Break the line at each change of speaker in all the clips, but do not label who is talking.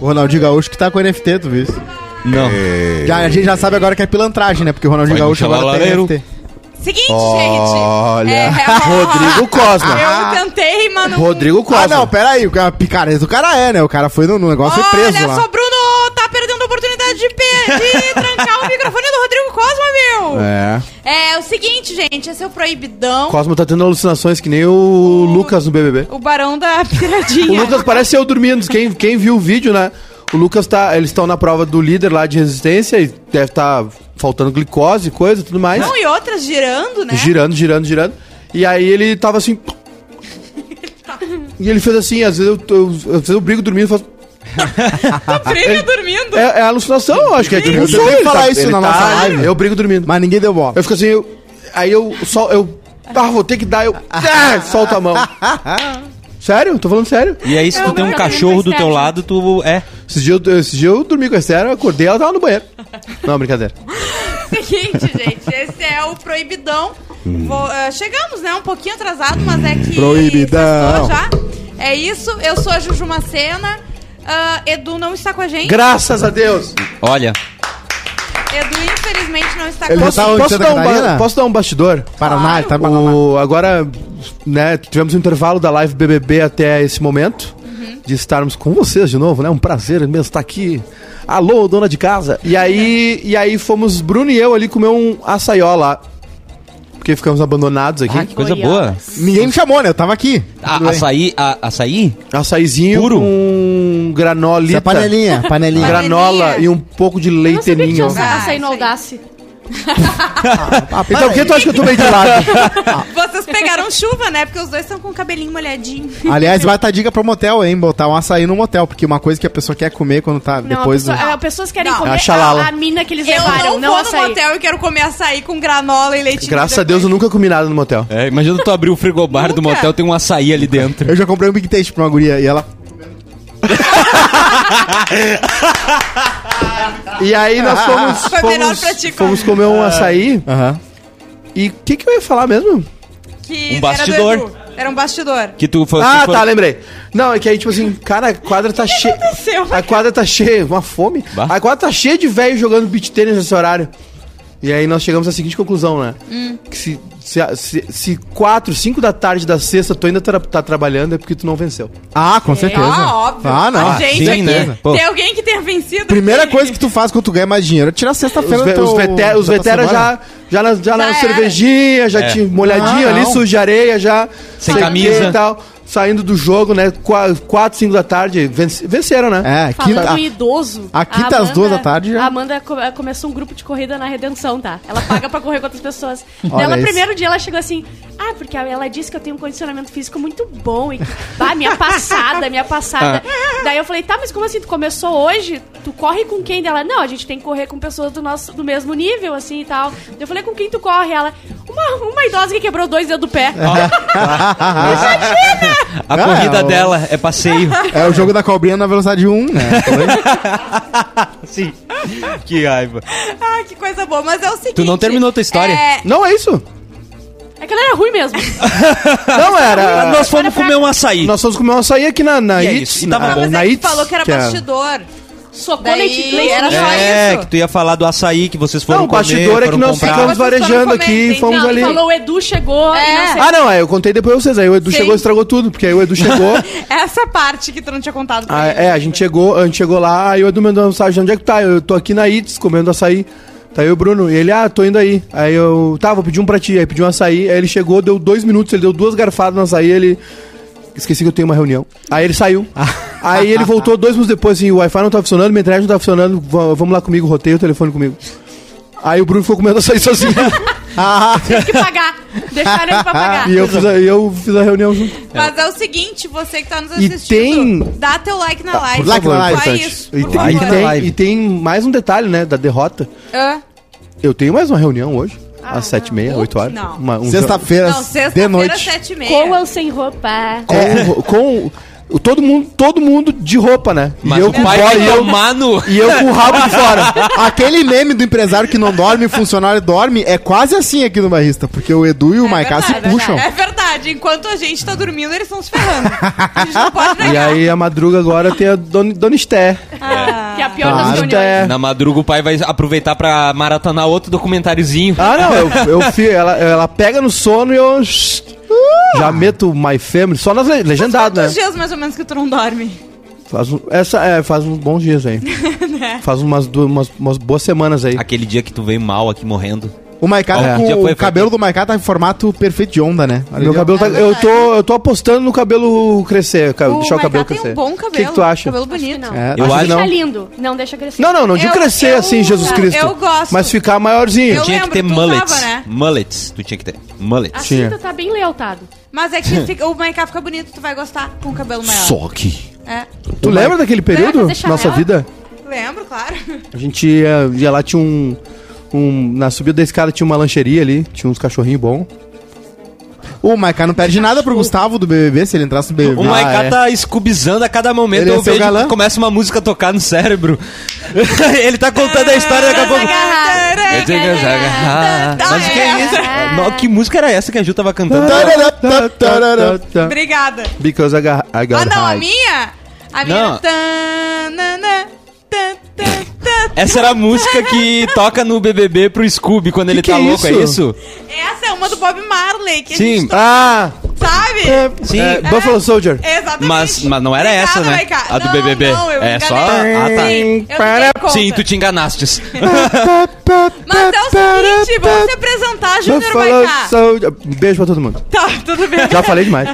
O Ronaldinho Gaúcho que tá com NFT, tu viu isso?
Não.
Já, a gente já sabe agora que é pilantragem, né? Porque o Ronaldinho
Vai
Gaúcho
encher o
agora tem
lalareiro.
NFT.
Seguinte,
Olha.
gente. É,
Rodrigo Cosma.
Eu tentei, mano.
Rodrigo
Ah, não,
Cosma.
peraí, a picareta do cara é, né? O cara foi no, no negócio e foi
Olha
preso lá.
só, Bruno tá perdendo a oportunidade de, pe- de trancar o microfone do Rodrigo Cosma, meu.
É.
É, o seguinte, gente, esse é o proibidão.
Cosma tá tendo alucinações que nem o Lucas no BBB.
o barão da
O
piradinha.
Lucas parece eu dormindo. Quem, quem viu o vídeo, né? O Lucas tá. Eles estão na prova do líder lá de resistência e deve estar faltando glicose, coisa e tudo mais.
Não, né? e outras girando, né?
Girando, girando, girando. E aí ele tava assim. e ele fez assim, às vezes eu, eu- às vezes eu brigo dormindo e faço.
Tá briga dormindo.
É, é alucinação, eu acho que é de
Eu
ilusão,
tenho que
ele
falar
tá-
isso
ele
na
tá-
nossa live.
Eu brigo dormindo.
Mas ninguém deu bola.
Eu fico assim, eu, aí eu só. Eu. Ah, vou ter que dar, eu. Ah, solto a mão. Sério? eu Tô falando sério.
E aí, se
Eu
tu tem um
nunca vi
cachorro do
mais
teu
tarde.
lado, tu. É.
Esses dias eu, esses dias eu dormi com a Esther, eu acordei ela tava no banheiro. Não, brincadeira.
Seguinte, gente, esse é o proibidão. Vou- eh, chegamos, né? Um pouquinho atrasado, mas é que.
Proibidão.
sextou já. É isso, eu sou a Juju Macena. Ah, Edu não está com a gente.
Graças a Deus!
Olha.
Edu, infelizmente, não está
Ele
com a
já tava
Posso,
gente.
em
posso
Santa
dar um
Catarina?
ba- posso dar um bastidor?
Paraná, ele tá em Paraná.
O- agora, né, tivemos um intervalo da live BBB até esse momento. De estarmos com vocês de novo, né? Um prazer imenso estar aqui. Alô, dona de casa. E aí, e aí fomos, Bruno e eu ali comer um açaió lá. Porque ficamos abandonados aqui.
Ah, que coisa boa.
Ninguém me chamou, né? Eu tava aqui.
A, açaí. A, açaí?
Açaizinho
Puro?
com
Isso
granolita.
é panelinha, panelinha.
Granola
Panelinha.
e um pouco de
Eu não sabia que
leiteninho.
tinha um
Ah,
açaí
isso
no
aí.
Audace.
Ah, para
Então,
aí.
o que tu acha que eu tomei de lado?
Vocês pegaram chuva, né? Porque os dois estão com o cabelinho molhadinho.
Aliás, vai estar dica pro motel, hein? Botar um açaí no motel, porque uma coisa que a pessoa quer comer quando tá
Não,
depois
a pessoa,
do.
ah, pessoas querem
Não.
comer
É a xalala.
a, a mina que eles
Eu
levaram,
não,
não,
vou no
açaí.
motel e quero comer açaí com granola e leite.
Graças
ninho
a Deus eu nunca comi nada no motel.
É, imagina tu abrir o frigobar do
Nunca.
motel, tem um açaí ali dentro.
Eu já comprei um Big Taste pra uma guria e ela.
E aí nós fomos.
Foi
fomos,
melhor pra ti,
fomos comer um açaí.
Aham.
E o que, que eu ia falar mesmo?
Que
Um
era
bastidor.
do Edu. Era um bastidor.
Que tu foi.
ah,
tu foi-
tá, lembrei. Não, é que aí, tipo assim, cara, a quadra tá cheia.
aconteceu?
A quadra tá cheia, uma fome.
Bah.
A quadra tá cheia de velho jogando beat tênis nesse horário. E aí nós chegamos à seguinte conclusão, né?
Hum.
Que se, se, a- se, se 4, 5 da tarde da sexta tu ainda tá, tá trabalhando, é porque tu não venceu.
Ah, com certeza.
Ah, óbvio.
Ah, não.
A gente
sim,
aqui.
né? Pô.
Tem alguém que tenha vencido.
Primeira coisa que tu faz quando tu ganha mais dinheiro é tirar
Os,
sexta-feira
ve
do
os,
teu-
veter os
da tua
veteranos
semana.
já, já na, já na
Já era.
cervejinha, já
É.
tinha molhadinho
Ah,
ali,
não.
sujo de areia já. sei
Sem
o quê
camisa.
E tal, saindo do jogo, né? 4, 5 da tarde, venc- venceram, né?
É,
Falando
quinta.
em idoso.
a quinta tá às duas da tarde já-
A Amanda co- começou um grupo de corrida na Redenção, tá? Ela paga pra correr com outras pessoas.
Olha
Ela,
isso.
primeiro dia, ela chegou assim. Ah, porque ela disse que eu tenho um condicionamento físico muito bom. E que, bah, minha passada, minha passada.
Ah.
Daí eu falei, tá, mas como assim? Tu começou hoje? Tu corre com quem dela? Não, a gente tem que correr com pessoas do, nosso, do mesmo nível, assim e tal. Eu falei, com quem tu corre? Ela, uma, uma idosa que quebrou dois dedos do pé.
A
Ah,
corrida
é, o-
dela é passeio.
É o jogo da cobrinha na velocidade 1, né?
Sim. Que raiva.
Ah, que coisa boa. Mas é o seguinte.
Tu não terminou tua história?
É,
Não é isso?
É que ela era ruim mesmo.
Não era.
Ah, Nós
nós,
fomos comer um açaí.
Tá. nós fomos comer um açaí aqui na, na
E é
Itz,
isso, e tava
na,
bom.
mas
na
é que
Itz,
tu falou que era
que é-
bastidor.
Socou
Daí,
leite, leite.
era só
É,
isso.
que tu ia falar do açaí que vocês foram
Não, o
comer,
bastidor é que
foram
nós
comprar.
ficamos
Vocês então, foram
varejando
comer,
aqui e
entendi.
Então, fomos
Não,
ali.
ele Então, falou, o Edu chegou e não
É.
sei
Ah, não, é, eu contei depois pra vocês. Aí o Edu
Sim.
chegou e estragou tudo, porque aí o Edu chegou.
Essa parte que tu não tinha contado pra
Ah,
mim.
é, a gente chegou, a gente chegou lá, aí o Edu mandou uma mensagem, onde é que tá? Eu tô aqui na Itz, comendo açaí. Tá eu e o Bruno. E ele, ah, tô indo aí. Aí eu, tá, vou pedir um pra ti. Aí pediu um açaí, aí ele chegou, deu dois minutos, ele deu duas garfadas no açaí, ele... Esqueci que eu tenho uma reunião. Aí ele saiu. aí ele voltou dois minutos depois, assim, o Wi-Fi não tá funcionando, minha internet não tá funcionando, va- vamos lá comigo, roteio o telefone comigo. Aí o Bruno ficou comendo açaí sozinho.
Um
Tem que pagar. Deixaram ele pra pagar.
e eu fiz, a, e eu fiz a reunião junto.
Mas é o seguinte, você que tá nos
E
assistindo,
tem-
dá teu like na
por
live.
Like na live,
Só
importante.
isso.
E
por
tem- e
Like
favor.
na
tem,
live.
e tem mais um detalhe, né, da derrota.
Hã?
Eu tenho mais uma reunião hoje, às
não.
sete e meia, oito horas.
Ah, Não.
Uma- um
Sexta-feira,
Não,
de
sexta-feira,
noite.
sete e meia.
Com ou sem roupa.
jo- Com, É, com o- todo mundo, todo mundo de roupa, né?
Mas
e eu
o
com
pai
bola,
vai
e eu,
tomar no...
e eu com o rabo de fora.
Aquele meme do empresário que não dorme, funcionário dorme, é quase assim aqui no Barrista, porque o Edu e o
É
Maiká se
verdade,
puxam.
É verdade. verdade, enquanto a gente tá dormindo, eles estão se ferrando. A gente não pode
E é
negar.
aí a madruga agora tem a Dona, Dona Esther.
Ah.
Que é a pior
Claro.
das reuniões.
É.
Na madruga o pai vai aproveitar pra maratonar outro documentáriozinho.
Ah, não, eu, eu fi- ela, ela pega no sono e eu. Já meto My Family, só nas le- legendado, né?
Uh! Quantos dias mais ou menos que tu não dorme?
Faz, um- essa, é, faz uns bons dias aí.
Né?
Faz umas, duas, umas, umas boas semanas aí.
Aquele dia que tu veio mal aqui morrendo.
O Maiká,
É.
tá com-
Já foi, foi
o cabelo do Maiká tá em formato perfeito de onda, né? Olha ali,
Meu
ó.
cabelo tá,
É
eu, tô, eu tô apostando no cabelo crescer, ca- deixar o
Maiká
cabelo
tem
crescer.
um bom cabelo.
O que, que tu acha?
Cabelo
Acho que
bonito.
não.
É,
Eu
Acho
Deixa
que não.
lindo. Não, deixa crescer.
Não, não, não, de
Eu-
crescer
eu-
assim, Jesus Cristo.
eu gosto.
Mas ficar maiorzinho.
Eu
tinha
lembro,
que ter
tu
mullets.
usava, né? Assim,
Mullets. Tu tinha que ter.
A
Mullets.
Tinha.
cinta tá bem lealtado.
Mas é que fica- o Maiká fica bonito, tu vai gostar com o cabelo maior.
que.
É.
Tu lembra daquele período?
Lembra fazer
Nossa
Chanel?
vida?
Lembro, claro.
A gente ia, ia lá, tinha um, um- Na subida da escada tinha uma lancheria ali, tinha uns cachorrinhos bons.
O Maiká não perde nada pro Gustavo do BBB se ele entrasse no BBB.
O Maiká
é.
tá escubizando a cada momento.
Ah, Ele ia
eu
ser o
vejo
galã?
que começa uma música a tocar no cérebro. Ele tá contando a história daqui a pouco. Eu
né?
tenho que agarrar.
Tá
Mas o que é isso? No- que música era essa que a Ju tava cantando?
Ah.
Obrigada.
Because I got, I got
Ah, não, a
high.
minha? A
Não.
minha. Tanana, tan, tan, tan.
Essa era a música que toca no BBB pro Scooby quando ele
que
tá
é
louco, é
isso?
isso?
Essa é uma do Bob Marley, que a
Sim,
gente
Ah!
sabe?
É,
Sim.
é, Buffalo Soldier.
Exatamente.
mas, mas não era
Obrigada,
essa, né?
Maiká.
A do
Não,
BBB.
não, eu
é só.
enganei.
Ah, tá.
Sim, eu fiquei conta.
Sim, tu te enganastes.
Mas é o seguinte, vamos se apresentar, Júnior
Buffalo
Maiká.
Soldier. Beijo pra todo mundo.
Tá, tudo bem.
Já falei demais.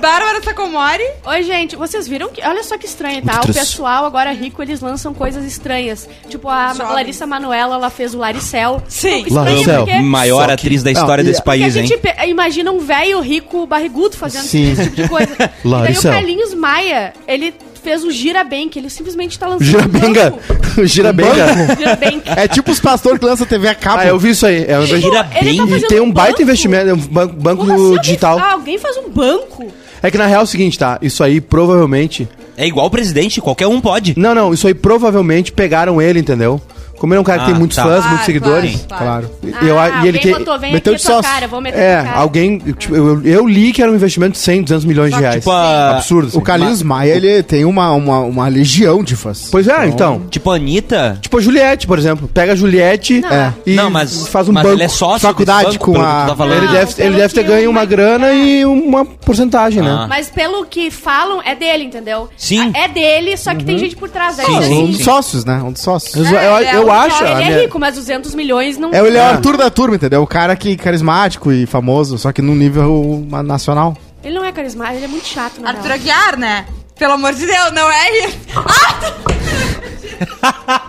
Bárbara Sacomori.
Oi, gente, vocês viram que. Olha só que estranho, tá? O pessoal agora rico, eles lançam coisas estranhas. Tipo, a
Jovens.
Larissa Manoela, ela fez o Laricel.
Sim.
Estranho
Laricel.
porque-
Maior atriz da história
Não,
desse
Porque a
país, hein?
gente pe- imagina um velho rico barrigudo fazendo
Sim.
esse tipo de coisa. e daí o
Laricel.
Carlinhos Maia, ele fez o Girabank, ele simplesmente tá lançando.
Girabenga.
um banco.
Ah,
Girabenga.
Girabank.
É tipo os pastores que lançam TV a cabo.
Ah, eu vi isso aí. É um investimento.
Ele tá
Girabank.
fazendo
E tem um baita
banco.
investimento, é um ban- banco
Como assim alguém-
digital.
Ah, alguém faz um banco?
É que na real é o seguinte, tá? Isso aí provavelmente.
É igual o presidente, qualquer um pode.
Não, não, isso aí provavelmente pegaram ele, entendeu? Como ele é um cara que
Ah,
tem muitos
tá.
fãs,
Claro,
muitos seguidores.
Claro.
Ah, alguém botou, vem
meteu
aqui
de
tua
sócio.
cara, vou meter
É,
tua cara.
alguém. tipo, eu, eu li que era um investimento de 100, 200 milhões de reais.
tipo a-
Absurdo.
O
assim.
Carlinhos Maia, ele tem uma, uma, uma legião de fãs.
Pois é, então.
Tipo a Anitta.
Tipo a Juliette, por exemplo. Pega a Juliette
Não.
é, e
não, mas,
faz um
mas
banco.
ele é sócio desse
faculdade tipo
banco,
com
pelo
a-
que tu tá falando.
Ele,
Não,
deve, ele
Ah, pelo
deve ter
que
ganho
eu- É.
uma grana e uma porcentagem,
Ah.
né?
Mas pelo que falam, é dele, entendeu?
Sim.
É dele, só que tem gente por trás. né? Então, Aí
Sim,
ele-
É um
sim.
dos sócios, né? Um dos sócios.
Eu,
É,
eu-
ele é
eu
um
acho.
Ele
a
é
minha-
rico, mas 200 milhões não...
É o Léo
Ah.
Arthur da turma, entendeu? O cara que é carismático e famoso, só que num nível ma- nacional.
Ele não é carismático, ele é muito chato, na
Arthur
real.
Aguiar, né? Pelo amor de Deus, não é isso.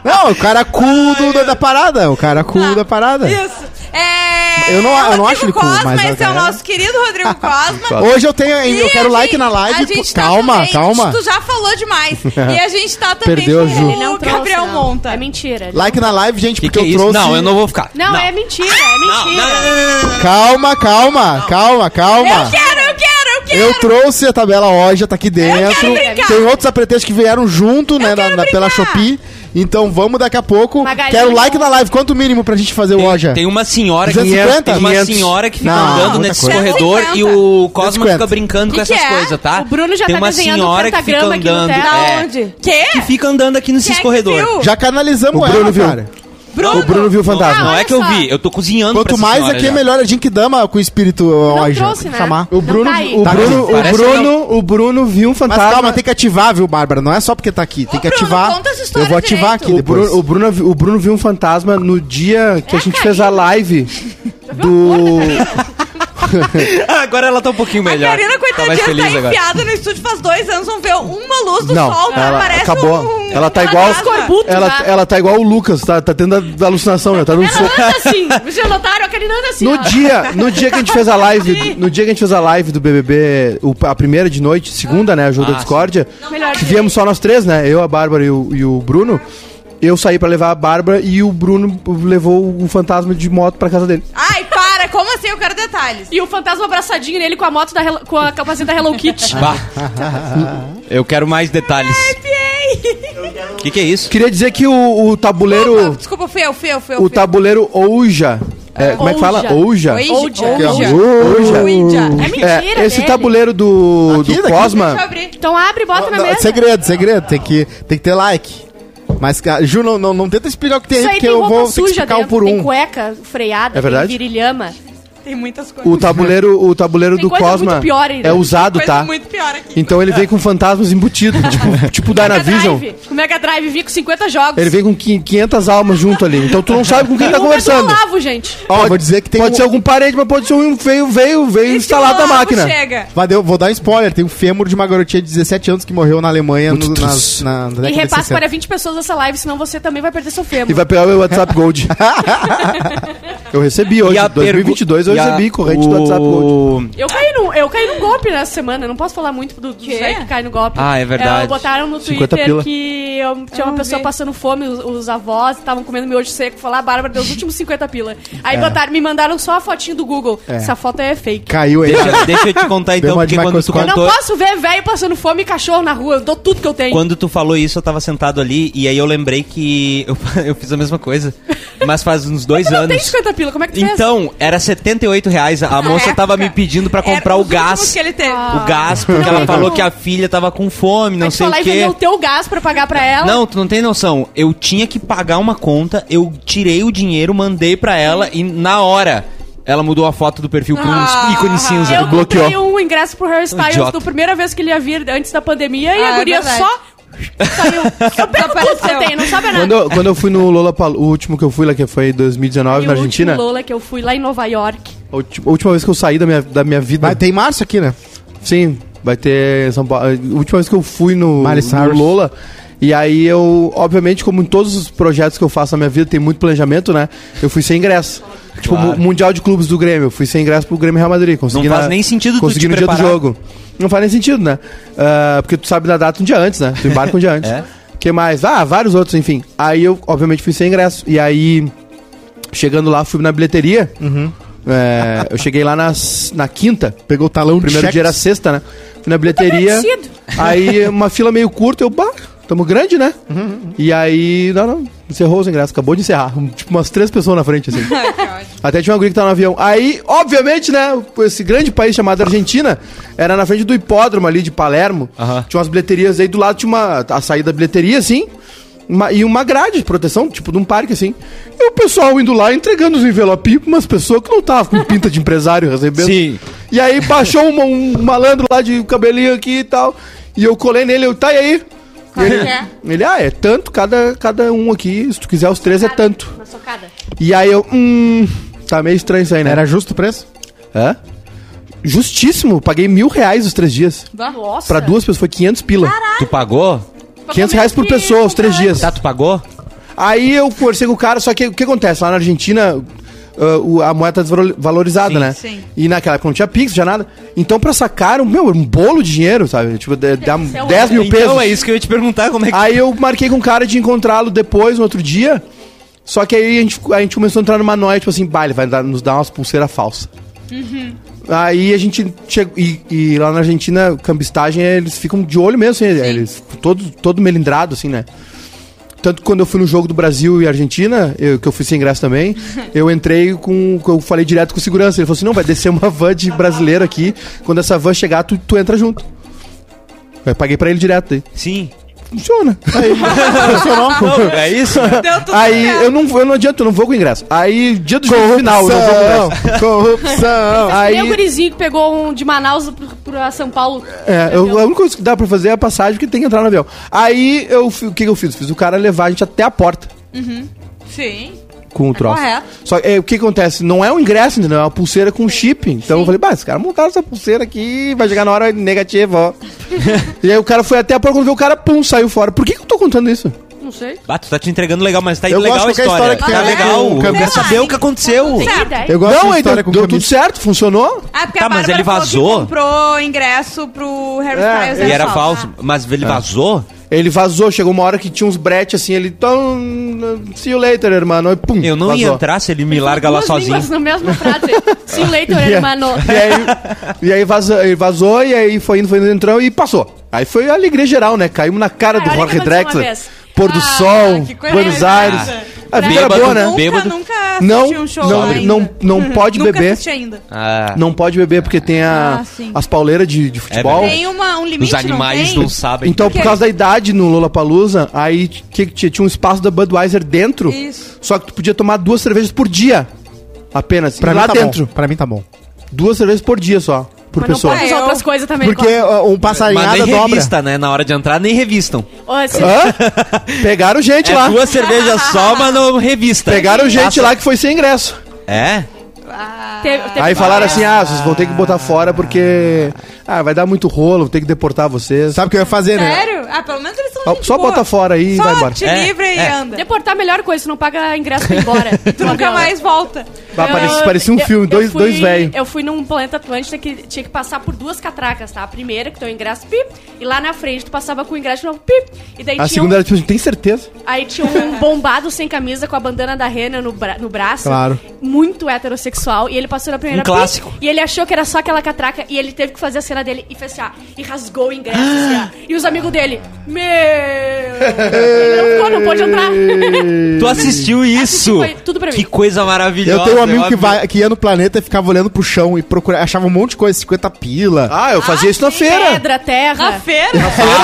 Não, o cara cool do- da, da parada. O cara cool
Tá.
da parada.
Isso. É.
Eu não- eu não
Rodrigo
acho ele cool,
Cosma,
mas
esse é o
eu quero.
nosso querido Rodrigo Cosma.
Hoje eu tenho ainda, eu
E
quero
a
like
gente-
na
a
live. pô,
gente tá
calma,
também-
calma.
Tu já falou demais. e a gente tá também
Perdeu a Ju.
Ele
com
não
o Gabriel
trouxe, não.
Monta.
É mentira. ele-
Like na live, gente,
Que
porque
que é
eu
isso?
trouxe.
Não, eu não vou ficar.
Não, é mentira, é
Não, não,
mentira.
não, não, não, não, não.
Calma, calma, calma, calma.
Eu quero, eu quero, eu quero.
Eu trouxe a tabela hoje, tá aqui dentro.
quero brincar.
Tem outros apretextos que vieram junto, né, na- na- pela Shopee. Então vamos daqui a pouco.
Magali,
Quero
não.
like na live. Quanto o mínimo pra gente fazer o
Tem,
Oja?
tem uma senhora que
250?
tem uma
500.
senhora que fica
Não,
andando
muita
nesse
coisa.
corredor
150.
e o Cosmo
150.
fica brincando
Que
com essas
que é?
coisas, tá?
O Bruno já
tem
tá
uma
desenhando um
senhora que fica
pentagrama aqui no
andando.
teto.
Da
é,
onde? Quê?
que fica andando aqui nesses
é que
corredores.
viu?
Já canalizamos
O
ela,
Bruno viu.
cara.
O Bruno viu o fantasma.
Ah,
Não é
olha
que eu
só.
vi, eu tô cozinhando pra
Quanto
essa
mais
senhora
aqui, é
já.
melhor a gente dama com o espírito Oja.
trouxe, né?
Chamar.
O
Não
Bruno,
tá aí.
o,
Tá
aqui.
Bruno, o,
Parece
Bruno o Bruno viu um
Mas
fantasma.
calma, tem que ativar, viu, Bárbara? Não é só porque tá aqui. Tem que
Bruno,
ativar.
conta essa história
Eu vou ativar
direito.
aqui
o,
depois.
Bruno, o, Bruno, vi- o Bruno viu um fantasma no dia que a gente fez a live do.
Porra, cara.
Agora ela tá um pouquinho
A
melhor.
Karina,
mais
coitadinha,
feliz
tá
agora.
enfiada no estúdio faz dois anos, não vê uma luz do
Não,
sol, não
ela
parece
acabou.
um- um-
ela tá
uma
igual.
casa.
corbuto,
Ela,
né?
ela tá igual o Lucas, tá, tá tendo a alucinação, né? Tá no,
Ela anda assim, você notaram? A Karina anda assim,
No
ó.
dia, no dia que a gente fez a live, no dia que a gente fez a live do BBB, o- a primeira de noite, segunda, né, a jogo
Ah,
da discórdia,
Melhor
que viemos só nós três, né, eu, a Bárbara e o, e o Bruno, eu saí pra levar a Bárbara e o Bruno levou o fantasma de moto pra casa dele.
Ai, para, como assim? Eu quero detalhes.
E o fantasma abraçadinho nele com a moto da Hello- com a capacete da Hello
Ah,
Kitty.
Bah. Eu quero mais detalhes. O que, que é isso?
Queria dizer que o, o
Opa,
tabuleiro,
desculpa, fui eu, fui eu, fui eu.
o
fui eu.
tabuleiro Ouija, É, como é que fala?
Ouja.
Ouja.
Ouija.
Ouija.
Ouija.
Ouja.
Ouija.
É mentira
É, esse
dele.
tabuleiro do,
Aqui,
do
daqui.
Cosma.
Deixa eu abrir.
Então abre e bota na
Não,
mesa.
segredo, segredo. Tem que, tem que ter like. Mas, cara, Ju, não, não, não tenta explicar o que tem aí,
Isso aí
porque
tem
eu
roupa
vou ter que
suja
explicar
dentro,
um por
tem
um.
cueca freada,
É verdade?
tem virilhama.
Tem muitas coisas.
O tabuleiro, o tabuleiro
Tem
do
coisa
Cosma
muito pior ainda.
é usado,
coisa
tá?
muito pior aqui.
Então ele vem com fantasmas embutidos, tipo, tipo Dynavision.
Drive. O Mega Drive vinha com 50 jogos.
Ele vem com qui- 500 almas junto ali. Então tu não sabe com quem tá
Um
conversando.
É do Olavo, gente.
Ó, eu vou dizer que tem
Pode
um...
ser algum parente, mas pode ser um veio, veio, veio
E se o
instalado na
Olavo
máquina.
Chega.
Mas eu vou dar um spoiler. Tem um fêmur de uma garotinha de 17 anos que morreu na Alemanha no,
Muito
na,
triste.
na, na década
E
de
repasse
60.
para 20 pessoas essa live, senão você também vai perder seu fêmur.
E vai pegar o meu WhatsApp Gold. eu recebi hoje,
E a
2022 eu
pergu- e a-
recebi corrente do WhatsApp Gold.
o-
Eu caí, num, eu caí num golpe nessa semana, não posso falar muito do, do
Quê?
Zé que cai no golpe.
Ah, é verdade.
É, botaram no
50
Twitter
pila.
que eu- tinha uma
não
pessoa
vi.
passando fome, os, os avós estavam comendo miojo seco, falar, ah, Bárbara, deu os últimos 50 pila.
É.
Aí botaram, me mandaram só a fotinho do Google. Essa foto é fake.
Caiu aí.
Deixa, deixa eu te contar
Deu
então,
uma de
porque quando tu
microscópio.
Eu não
contou.
posso ver velho passando fome e cachorro na rua, eu dou tudo que eu tenho.
Quando tu falou isso, eu tava sentado ali e aí eu lembrei que eu, eu fiz a mesma coisa. Mas faz uns dois
Tu não tem
anos.
50 pila, como é que Ah, tu fez?
Então, era R$ 78 reais. A moça
é?
época,
Então tava me pedindo pra comprar
Era
o
os últimos
gás.
que ele teve.
O gás, porque
Não,
ela
mas
falou
não.
que a filha tava com fome, não
Aí é tu
sei
foi
o
lá e
quê.
vendeu o teu gás pra pagar pra ela.
Não, tu não tem noção. Eu tinha que pagar uma conta, eu tirei o dinheiro, mandei pra ela e na hora ela mudou a foto do perfil pra
Ah,
um ícone cinza.
Eu
bloqueou.
comprei um ingresso pro Harry Styles
Idiota.
da primeira vez que ele ia vir antes da pandemia e
Ah,
a
é
guria
verdade.
só saiu. Eu perco tudo que eu
Desapareceu.
tenho, não sabe nada.
Quando eu, quando eu fui no Lola, o último que eu fui lá, que foi em 2019
E
na
o
Argentina,
último Lola que eu fui lá em Nova York.
a ulti- a última vez que eu saí da minha, da minha vida.
Mas tem março aqui, né?
Sim, vai ter São Paulo. A última vez que eu fui no,
Miley
no
Cyrus.
Lola. E aí eu, obviamente, como em todos os projetos que eu faço na minha vida, tem muito planejamento, né? Eu fui sem ingresso. Tipo,
Claro.
mu- Mundial de Clubes do Grêmio, eu fui sem ingresso pro Grêmio Real Madrid. Consegui
Não faz
na-
nem sentido tu
consegui
te
no dia do
preparar.
jogo. Não faz nem sentido, né? Ah, porque tu sabe da data um dia antes, né? Tu embarca um dia antes.
É.
que mais? Ah, vários outros, enfim. Aí eu, obviamente, fui sem ingresso. E aí, chegando lá, fui na bilheteria.
Uhum.
É, eu cheguei lá nas, na quinta.
Pegou o talão
O primeiro
de
dia era
cheques.
sexta, né? Fui na bilheteria.
merecido.
Aí uma fila meio curta, eu, bah, tamo grande, né? E aí, não, não, encerrou os ingressos, acabou de encerrar. Um, Tipo, umas três pessoas na frente, assim.
Ai, que ótimo.
Até tinha uma guria que tava no avião. Aí, obviamente, né, esse grande país chamado Argentina era na frente do hipódromo ali de Palermo.
Aham.
Tinha umas bilheterias aí, do lado tinha uma, a saída da bilheteria, assim. uma- e uma grade de proteção, tipo de um parque, assim. E o pessoal indo lá entregando os envelopinhos pra umas pessoas que não estavam com pinta de empresário recebendo.
Sim.
E aí baixou uma- um malandro lá de cabelinho aqui e tal. E eu colei nele, eu, tá e aí? E
Qual
ele,
que é?
ele, ah, é tanto, cada, cada um aqui, se tu quiser os três é
um
tanto.
Na socada.
E aí eu, hum, tá meio estranho isso aí, né?
Era justo o preço?
Hã? Justíssimo, paguei mil reais os três dias.
Nossa.
Pra duas pessoas, foi 500 pila.
Tu pagou?
500 reais por pessoa, os três dias.
Tá, tu pagou?
Aí eu conversei com o cara, só que o que acontece? Lá na Argentina, ah, o- a moeda tá desvalorizada,
Sim,
né?
sim.
E naquela época não tinha Pix, já nada. Então pra sacar, um- meu, um bolo de dinheiro, sabe? Tipo, dá dá
que ser um-
10 mil pesos.
é Então é isso que eu ia te perguntar, como é
Ah.
que.
Aí eu marquei com o cara de encontrá-lo depois, no outro dia. Só que aí a gente, a gente começou a entrar numa noia, tipo assim, bah, ele vai dar- nos dar umas pulseiras falsas. Aí a gente chegou. E, e lá na Argentina, cambistagem, eles ficam de olho mesmo, assim, eles ficam todo, todo melindrado, assim, né? Tanto que quando eu fui no jogo do Brasil e Argentina, eu- que eu fui sem ingresso também, eu entrei com. Eu falei direto com o segurança. Ele falou assim: não, vai descer uma van de brasileiro aqui. Quando essa van chegar, tu, tu entra junto. Eu paguei pra ele direto aí.
Sim.
Funciona. Aí,
Não, é isso?
Deu tudo
Aí
certo.
eu não, eu não adianto, eu não vou com ingresso. Aí, dia do jogo final, né? eu não vou com
Corrupção!
ingresso.
Corrupção!
Aí,
Aí... Meu gurizinho que pegou um de Manaus pra- pra São Paulo.
é, eu, a única coisa que dá pra fazer é a passagem, porque tem que entrar no avião. Aí, eu, fi- o que, que eu fiz? Fiz o cara levar a gente até a porta
Sim.
com o troço.
correto.
Só que, é, o que acontece? Não é um ingresso, entendeu? É uma pulseira com chip. Então eu falei, bah, esse cara montaram essa pulseira aqui, vai chegar na hora negativa, ó. e aí o cara foi até a porta, quando viu o cara, pum, saiu fora. Por que, que eu tô contando isso?
Não sei.
Ah, tu tá te entregando legal, mas tá
Eu
legal
gosto
a
de qualquer
história.
história que né?
tem a
tá
ver
legal.
com o
eu quero
camisa.
saber o que aconteceu.
É.
Tem ideia.
Eu gosto
não,
de
então
história com
deu tudo
camisa.
certo, funcionou.
Ah, porque
Tá,
a
mas
Bárbara
ele
falou que
vazou?
comprou ingresso pro Harry Styles. é
E era falso. Mas
Ah.
ele vazou?
Ele vazou, chegou uma hora que tinha uns bretes assim, ele. Tom, see you later, irmão. E pum.
Eu não
vazou.
ia entrar se ele me larga lá
Duas
sozinho.
línguas na mesma frase. Sim, leitor,
E aí-
hermano.
E aí, e aí vazou, ele vazou, e aí foi indo, foi indo, entrou e passou. Aí foi a alegria geral, né? Caímos na cara
Ah,
do
olha o que
Jorge
aconteceu uma
Drexler.
vez.
Pôr do
Ah,
sol,
que coisa
Buenos
mais
Aires.
linda.
A vida era
Bêbado,
boa, né?
Nunca,
Bêbado.
nunca
Não,
assisti um show
não,
ainda. Uhum.
não- não pode
nunca
beber.
assisti ainda.
Ah,
Não pode beber porque tem a-
Ah, sim.
as pauleiras de, de futebol.
É verdade.
Tem uma, um limite,
os animais
não
não,
tem?
sabem.
então, por
Que-
causa da idade no Lollapalooza, aí que, que tinha um espaço da Budweiser dentro.
Isso.
Só que tu podia tomar duas cervejas por dia. Apenas.
Pra
E
mim
lá
tá
dentro.
bom. Pra mim tá bom.
Duas cervejas por dia só. Por
Mas não
pessoa.
pode as
Ah, eu-
outras coisas também.
Porque ó, um
Mas
passarinhada
nem
dobra.
revista, né? Na hora de entrar, nem revistam.
Ó, assim,
Hã? Pegaram gente
É
lá.
duas cervejas só, mas não revista.
Pegaram gente
Passa-
lá que foi sem ingresso.
É?
teve- teve
Ah. Aí falaram
várias-
assim: ah, vocês vão ter que botar fora porque. Ah, vai dar muito rolo, vou ter que deportar vocês.
Sabe o que eu ia fazer, né?
Sério? Ah, pelo menos eles são
Só-
gente
só
boa.
bota fora aí e
Só
vai embora.
te
É,
livra e
é.
anda.
Deportar a melhor coisa, tu não paga ingresso pra ir embora.
Tu nunca mais volta.
Bah, parecia,
Eu-
parecia um
eu-
filme,
eu
dois,
fui-
dois velhos.
Eu fui num planeta Atlântida que tinha que passar por duas catracas, tá? A primeira, que tem o ingresso, pip, e lá na frente tu passava com o ingresso de novo, pip. E daí
A
tinha
segunda
um,
era tipo, assim, tem certeza?
aí tinha um bombado sem camisa com a bandana da Rena no, bra- no braço.
Claro.
Muito heterossexual. E ele passou na primeira
Um clássico.
pip, e ele achou que era só aquela catraca e ele teve que fazer a cena dele e fez assim, ó, e rasgou o ingresso, assim, ó. E os amigos dele, meu! ele não ficou, não pôde entrar.
Tu assistiu isso?
Ah, foi tudo pra mim.
Que coisa maravilhosa.
Eu tenho um amigo
eu
que,
amei.
vai, que ia no planeta e ficava olhando pro chão e procurava, achava um monte de coisa, 50 pila,
Ah, eu fazia isso na feira.
Pedra, terra.
É. Na feira?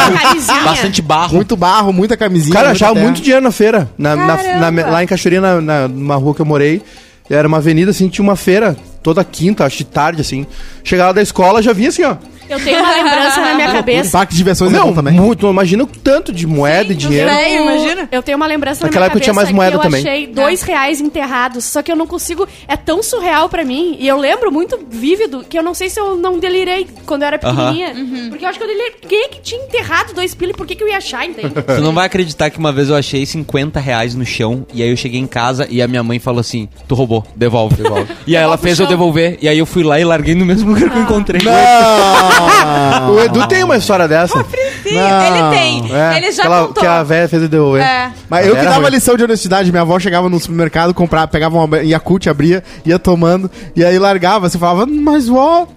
Uma camisinha.
Bastante barro.
muito barro, muita camisinha.
Cara, eu
é muita
achava
terra.
muito dinheiro na feira. Na, na-
Caramba.
na- lá em Cachoeirinha, na, na- numa rua que eu morei, era uma avenida, assim, tinha uma feira. Toda quinta, acho de tarde, assim. Chegava da escola, já vinha assim, ó.
Eu tenho uma lembrança na minha cabeça.
Parque de diversões é
Não,
bom também.
muito. Imagina o tanto de moeda e dinheiro.
É, imagina. É.
Eu tenho uma lembrança
Naquela
na
época
minha cabeça
tinha mais moeda
que eu
também.
achei dois reais enterrados, só que eu não consigo... É tão surreal pra mim, e eu lembro muito vívido, que eu não sei se eu não delirei quando eu era pequenininha.
Uhum.
Porque eu acho que eu delirei. Quem é que tinha enterrado dois pila e por que, que eu ia achar, entende?
É.
Tu não vai acreditar que uma vez eu achei 50 reais no chão e aí eu cheguei em casa e a minha mãe falou assim: Tu roubou, devolve. E aí ela
Devolve o
fez eu
chão.
devolver e aí eu fui lá e larguei no mesmo lugar que
Ah.
eu encontrei.
Não!
Ah, O Edu tem uma história dessa.
Sim,
Não.
ele tem.
É,
ele já
aquela
contou.
Que a velha fez ele devolver.
É.
Mas eu que
Era
dava
ruim.
lição de honestidade, minha avó chegava no supermercado, comprava, pegava uma Yakult, abria, ia tomando, e aí largava, você falava, mas vó,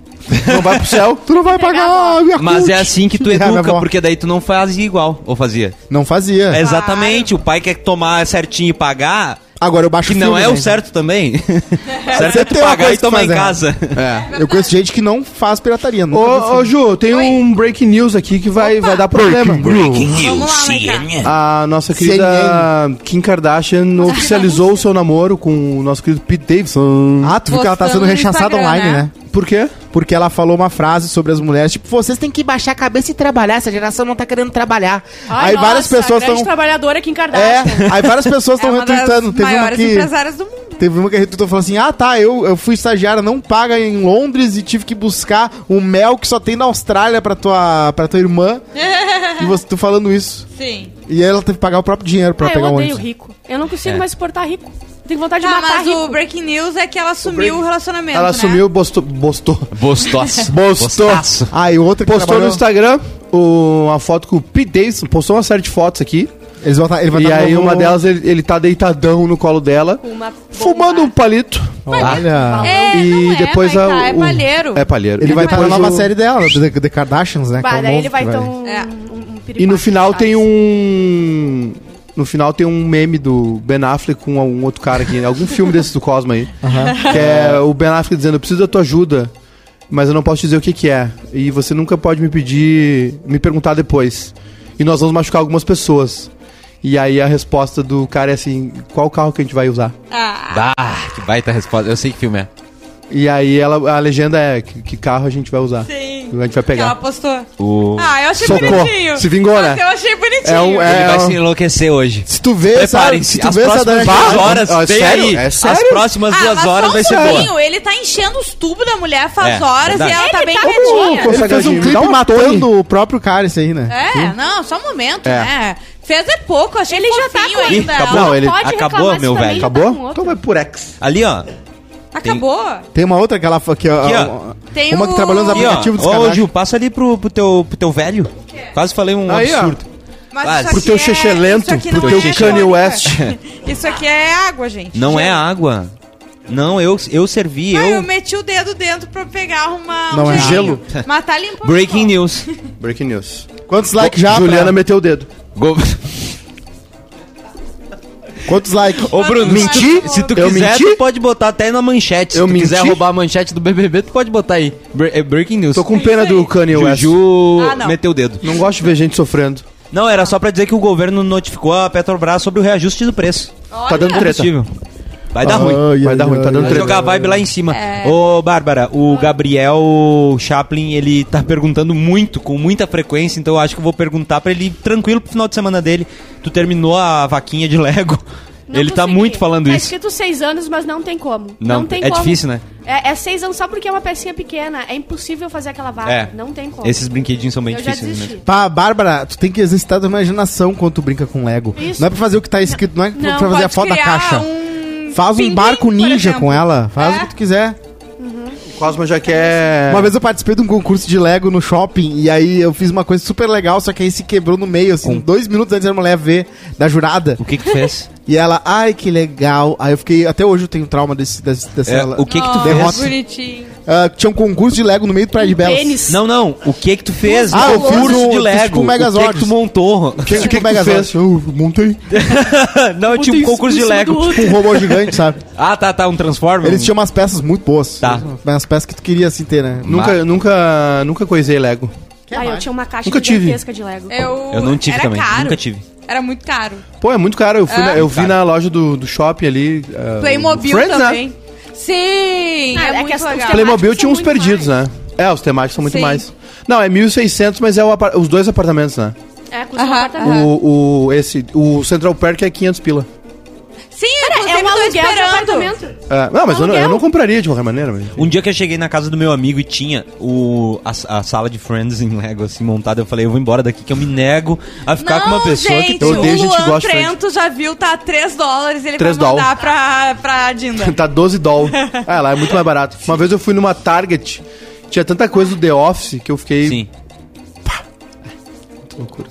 Não vai pro céu.
tu não vai pagar a Yakult.
Mas é assim que tu
É, minha
educa,
avó.
porque É daí tu não fazia igual, ou fazia.
Não fazia.
Exatamente, o pai quer tomar certinho e pagar,
Agora eu baixo
que não
filme,
é o
né?
certo também. certo é
Sempre
tu
tem uma
pagar
coisa
e tomar
pra
em
fazer. né? É.
casa.
Eu conheço gente que não faz pirataria.
Ô,
Nunca vi
ô,
filme.
Ju, tem
Oi.
um break news aqui que vai, vai dar problema.
Vamos lá, CNN.
A nossa querida Kim Kardashian oficializou o seu namoro com o nosso querido Pete Davidson.
ah, tu viu que ela tá
Postando
sendo
no
rechaçada
Instagram,
online,
né?
né?
Por quê?
Porque ela falou uma frase sobre as mulheres, tipo, vocês têm que baixar a cabeça e trabalhar, essa geração não tá querendo trabalhar.
Ai,
aí várias
nossa,
pessoas
grande
estão.
trabalhadora aqui em Kardashian.
É, aí várias pessoas estão
é uma
retweetando.
das
Teve uma
maiores
que.
empresárias do mundo.
Teve uma que retweetou e falou assim: Ah, tá, eu, eu fui estagiária não paga em Londres e tive que buscar um mel que só tem na Austrália pra tua, pra tua irmã. e você tu falando isso.
Sim.
E ela teve que pagar o próprio dinheiro pra
Ah, eu
um
pegar o
odeio
ônibus.
rico. Eu não consigo
É.
mais suportar rico. Eu Tenho vontade de
Ah,
matar
mas
rico.
o breaking news é que ela assumiu o, relacionamento,
Ela
né?
assumiu, postou, postou,
Bostoço.
Bostou.
Bostaço.
Ah, e outra que
postou no
trabalhou-
Instagram o- uma foto com o Pete Davidson, postou uma série de fotos aqui.
Eles vão tá, ele vai
E
tá
aí
no-
uma delas, ele, ele tá deitadão no colo dela,
Uma bomba.
fumando um palito.
Olha.
É,
e
não é,
depois
vai
a-
tá, é
o-
palheiro.
É palheiro.
Ele
E
vai estar na
depois
nova
o-
série dela, The, The Kardashians,
Ah,
né?
Bah,
que é o
daí
novo
ele vai
que
ter um,
É.
um, um
E no
piripaque,
final
sabe?
tem um. No final tem um meme do Ben Affleck com um outro cara aqui, algum filme desses do Cosmo aí. Que é o Ben Affleck dizendo: Eu preciso da tua ajuda, mas eu não posso dizer o que, que é. E você nunca pode me pedir, me perguntar depois. E nós vamos machucar algumas pessoas. E aí a resposta do cara é assim: Qual carro que a gente vai usar?
Ah,
Ah, que baita resposta. Eu sei que filme é.
E aí ela, a legenda é: Que, que carro a gente vai usar?
sim.
A gente vai
Que ela
pegar.
postou.
O-
Ah, eu achei
Socorro.
bonitinho.
Se vingou, né?
Nossa, Eu achei bonitinho.
É um-
Ah,
é-
Ele vai se enlouquecer hoje.
Se tu vê essa,
Preparem-se,
se tu
as
vê essa
próximas
da
duas
Ah,
horas,
é
tem
sério?
aí.
É
As
sério?
próximas duas
mas
horas
só
vai
um
ser boa.
pouquinho, Ele tá enchendo os tubos da mulher faz
É,
horas
verdade.
e ela tá
Ele
bem
tá
quietinha.
retinha.
Ele fez um
Consagradinho, me dá
clipe
uma
matando o próprio cara, isso aí, né?
É, não, só um momento,
É.
né? Fez é pouco, achei
Ele já tá
fofinho
com-
ainda.
Ih,
ela.
acabou.
Não, ele-
pode reclamar
acabou,
disso
meu
também,
velho.
já tá com
Acabou?
outro.
Então vai por X.
Ali, ó.
Tá Acabou.
É?
Tem uma outra que ela fa- que, ó,
Aqui, ó.
uma-
Tem
uma
o-
que trabalhou nos
Aqui, ó.
aplicativos dos
Ô,
canais.
Gil, passa ali pro, pro teu, pro teu velho. Quase falei um
Aí, ó.
absurdo.
Mas
Quase.
isso
Pro
aqui
teu
é-
xexé
isso
lento,
aqui
pro
não
teu
é
Kanye
crônica.
West.
Isso aqui é água, gente.
Não é água. Não, eu, eu servi,
Ah, eu...
eu...
meti o dedo dentro pra pegar uma, um
Não é
gelinho. Mas tá limpando.
Breaking news.
Breaking news.
Quantos likes já?
Juliana
pra-
meteu o dedo.
Go-
Quantos likes?
Ô, Bruno,
Menti?
se tu- Se tu
Eu
quiser,
menti?
tu pode botar até na manchete. Se
Eu
tu quiser
menti?
roubar a manchete do BBB, tu pode botar aí. Bre- é Breaking news.
Tô com pena do Kanye West.
Juju
Ah, não.
meteu o dedo.
Não gosto de ver gente sofrendo.
Não, era só pra dizer que o governo notificou a Petrobras sobre o reajuste do preço.
Tá dando treta.
Combustível. Vai dar ruim.
Ai,
Vai
ai,
dar ruim,
ai,
tá dando
ai.
Vai
treta.
jogar a vibe lá em cima.
É.
Ô, Bárbara, o Gabriel Chaplin, ele tá perguntando muito, com muita frequência, então eu acho que eu vou perguntar pra ele ir tranquilo pro final de semana dele. Tu terminou a vaquinha de Lego.
Não
ele tá
consegui.
muito falando
tá
isso.
escrito seis anos, mas não tem como.
Não,
tem
é
como.
difícil, né?
É, é seis anos só porque é uma pecinha pequena. É impossível fazer aquela vaga.
É.
Não tem como.
Esses brinquedinhos são bem
Eu já
difíceis né?
desisti.
mesmo.
Pá, Bárbara, tu tem que exercitar a tua imaginação quando tu brinca com Lego.
Isso.
Não é pra fazer o que tá escrito, não é
Não,
pra fazer a
Pode
foto da
criar
caixa.
um
Faz um
pinguim,
barco
por
ninja
exemplo.
com ela. Faz
É.
o que tu quiser.
O Cosma já quer.
Uma vez eu participei de um concurso de Lego no shopping e aí eu fiz uma coisa super legal, só que aí se quebrou no meio, assim, dois minutos antes da mulher ver da jurada.
O que que tu fez?
E ela, ai que legal. Aí eu fiquei, até hoje eu tenho trauma desse, desse, dessa.
É,
ela-
o que que tu
Nossa,
derrota?
fez?
Oh, bonitinho.
Ah, tinha um concurso de Lego no meio do
Um
Praia de Belas.
Tênis.
Não, não. O que que tu fez?
Ah, eu fiz
curso
um-
de
fiz
Lego.
tipo um
o que que
Megazord.
tu montou?
Que, tipo Megazord.
Eu montei.
não, é tipo um
Botei
concurso de
um em cima
Lego.
do outro.
Tipo um robô gigante, sabe?
Ah, tá, tá. Um Transformer.
Eles tinham umas peças muito boas.
Tá.
Umas peças que tu queria assim ter, né?
Nunca, nunca, nunca coisei Lego.
Ah, eu tinha uma caixa
Nunca tive.
gigantesca de Lego.
Eu,
Eu não tive
era
também,
Caro.
nunca tive.
Era muito caro.
Pô, é muito caro. Eu, fui
Ah.
na- eu vi na loja do, do shopping ali. ah,
Playmobil
Friends,
também.
Né?
Sim,
Ah,
é,
é que
muito
as- os
legal.
temas-
Playmobil
Temáticos
tinha
são
uns
muito
perdidos, né? É, os temáticos são muito
Sim.
mais. Não, é 1.600, mas é o apar- os dois apartamentos, né?
É, custa um
Aham,
apartamento.
aham.
O, o, esse, o Central Perk é 500 pila.
Sim,
É um aluguel de apartamento.
É, não, mas eu não, eu
Aluguel.
não compraria de qualquer maneira. mas-
Um dia que eu cheguei na casa do meu amigo e tinha o, a, a sala de Friends em Lego assim montada, eu falei, eu vou embora daqui que eu me nego a ficar Tá com uma pessoa
gente,
que um-"
Eu odeio
o
gente que
Luan
gosta de frente.
Trento já viu, tá 3 dólares, ele
3
vai mandar pra, pra Dinda.
tá 12 doll. É, lá é muito mais barato. Uma vez eu fui numa Target, tinha tanta coisa do The Office que eu fiquei.
Sim.
Loucura.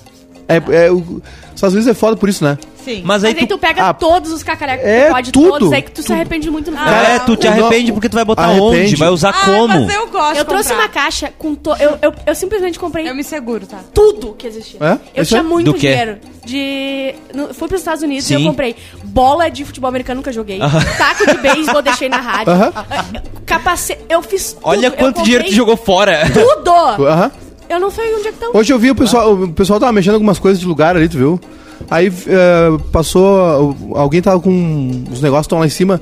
É, é, o- só às vezes é foda por isso, né?
Sim.
Mas
Mas aí
aí
tu,
tu,
pega
Ah,
todos os cacarecos
é
que pode,
tudo,
todos, aí que tu se
tudo.
arrepende muito no final.
é, tu te
o no-
arrepende porque tu vai botar
Arrepende.
onde? Vai usar
Ah,
como?
mas eu gosto
Eu
de
trouxe
comprar.
uma caixa com... To... Eu, eu, eu simplesmente comprei
Eu me seguro, tá?
tudo que existia.
É?
Eu
Isso
tinha
é?
muito
Do quê?
dinheiro. De... no- Fui pros Estados Unidos e eu
Sim.
comprei bola de futebol americano, nunca joguei. Taco de beisebol, eu deixei na rádio.
Aham.
Capacete, eu fiz tudo.
Olha
eu
quanto
comprei
dinheiro tu jogou fora.
Tudo!
Aham.
Eu não sei onde é que tá o...
Hoje eu vi o pessoal, o pessoal tava mexendo algumas coisas de lugar ali, tu viu? Aí eh, passou, alguém tava com os negócios tão lá em cima.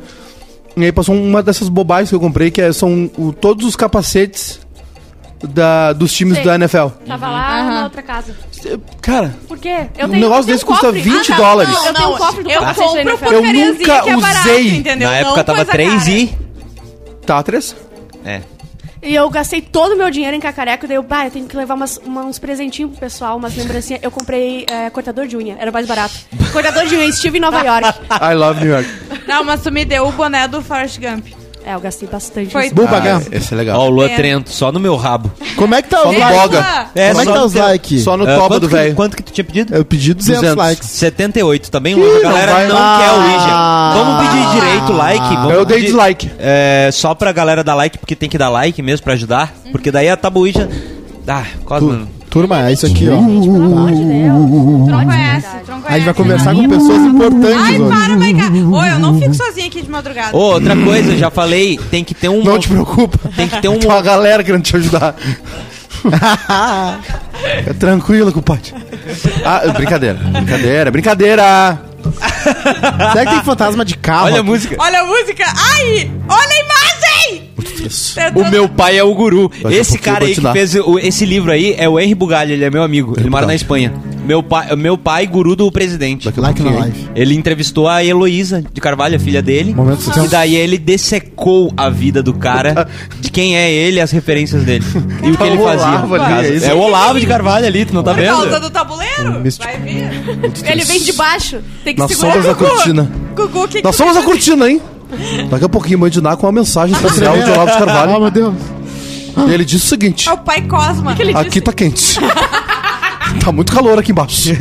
E aí passou uma dessas bobagens que eu comprei, que é- são o- todos os capacetes da, dos times
Sei.
da NFL.
Tava lá
Aham.
na outra casa.
Cara,
Por quê? Eu
Um
tenho-
negócio
eu tenho
desse custa
cofre.
20
Ah, não,
dólares.
não, Eu tenho um cofre do
eu
capacete da
compro
NFL.
porcariazinha
Eu nunca
que é barato,
usei.
entendeu?
Na
Não
época tava
coisa
3
cara.
e.
tá três?
É.
E eu gastei todo o meu dinheiro em cacareco, daí eu, bah, eu tenho que levar umas- uma- uns presentinhos pro pessoal, umas lembrancinhas. Eu comprei é, cortador de unha, era o mais barato. Cortador de unha, estive em Nova York.
I love New York.
Ah,
Não, mas tu me deu o boné do Forrest Gump.
É, eu gastei bastante.
Foi
nisso.
Vou pagar.
Ah, esse é legal.
Ó, o Lua
É.
Trento, só no meu rabo.
Como é que tá
Só
os
no
Lua.
likes?
boga.
É,
Como é que
só
tá
no
os É
teu-
likes?
Só no
Ah,
toba
quanto
do
que-
velho.
Quanto que tu tinha pedido?
Eu pedi 200,
200.
likes.
78 também, tá longe. A galera
vai
não
lá.
quer o Ouija. Vamos pedir direito o like. vamos
Eu dei
pedir-
dislike.
É, só pra galera dar like, porque tem que dar like mesmo pra ajudar. Porque daí a tabuíja. Ah, quase não.
Turma, é isso aqui, ó.
Uh!
Gente, pelo amor de Deus.
Tu não conhece, tu não conhece.
A gente vai conversar
né?
Uh!
com pessoas
Ai,
importantes hoje.
para, vai cá. Ô, eu não fico sozinha aqui de madrugada.
Ô, outra coisa, já falei, tem que ter um.
Não te preocupa.
Tem que ter um.
Tem uma galera querendo te ajudar. Fica tranquilo, compadre. Ah, brincadeira. Brincadeira, brincadeira.
Será que tem fantasma de carro?
Olha a
aqui?
música.
Olha a música. Ai, olha a imagem. Tá
O
todo-
meu pai é o guru.
a
esse
pouquinho
cara
eu vou
aí
te
que
dar.
fez o- esse livro aí é o Henry Bugalho, ele é meu amigo. ele mora na Espanha. Meu pai, meu pai, guru do presidente.
Like na live.
Ele entrevistou a Heloísa de Carvalho, a filha dele.
Momento social.
e daí ele dessecou a vida do cara, de quem é ele, as referências dele. E o que ele
Olavo
fazia. no
ali,
caso.
é isso?
é o Olavo de Carvalho ali, tu não tá
Por causa
vendo?
do tabuleiro?
místico.
Vai vir.
Ele vem de baixo, tem que
Nós
segurar.
somos a
Gugu.
cortina.
Gugu, o que que
Nós
tu
somos a
fez?
cortina, hein? Daqui a pouquinho, mandinar com uma mensagem especial de Olavo de
Ah,
Carvalho.
meu Deus.
E ele diz o seguinte:
É o pai Cosma.
ele disse?
aqui tá quente. Tá muito calor aqui embaixo.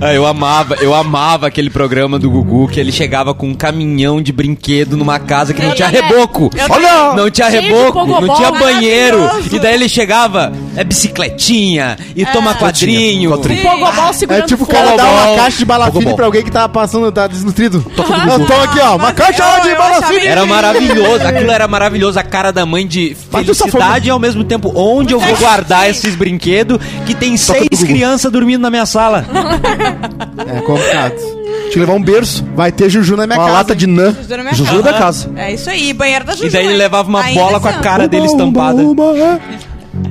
Ah, eu amava, eu amava aquele programa do Gugu que ele chegava com um caminhão de brinquedo numa casa que não
Eu
tinha
também.
reboco.
Eu
Olha!
Não tinha
Cheio de
reboco, não
pogobol,
tinha banheiro.
maravilhoso.
E daí ele chegava, é bicicletinha e toma
É.
quadrinho.
Um pogobol segurando
É tipo o
fogo.
cara dar uma
Pogobol.
caixa de balafine
Pogobol.
pra alguém que tava passando, tá desnutrido.
Ah,
Então aqui, ó, uma
mas
caixa
eu-
de
eu
balafine.
É
achava
Era maravilhoso, aquilo era maravilhoso, a cara da mãe de
Mas tu só
felicidade e ao mesmo tempo onde eu vou guardar esses brinquedos que tem seis crianças dormindo na minha sala.
É complicado.
Tinha que levar um berço,
Vai ter Juju na minha
uma
casa.
lata de nã.
Juju na minha
Juju
casa.
da casa.
É isso aí, banheiro da Juju.
E daí ele
é.
hein?
levava uma
Ainda
bola com a
assim,
cara dele estampada.
Uma, uma, é.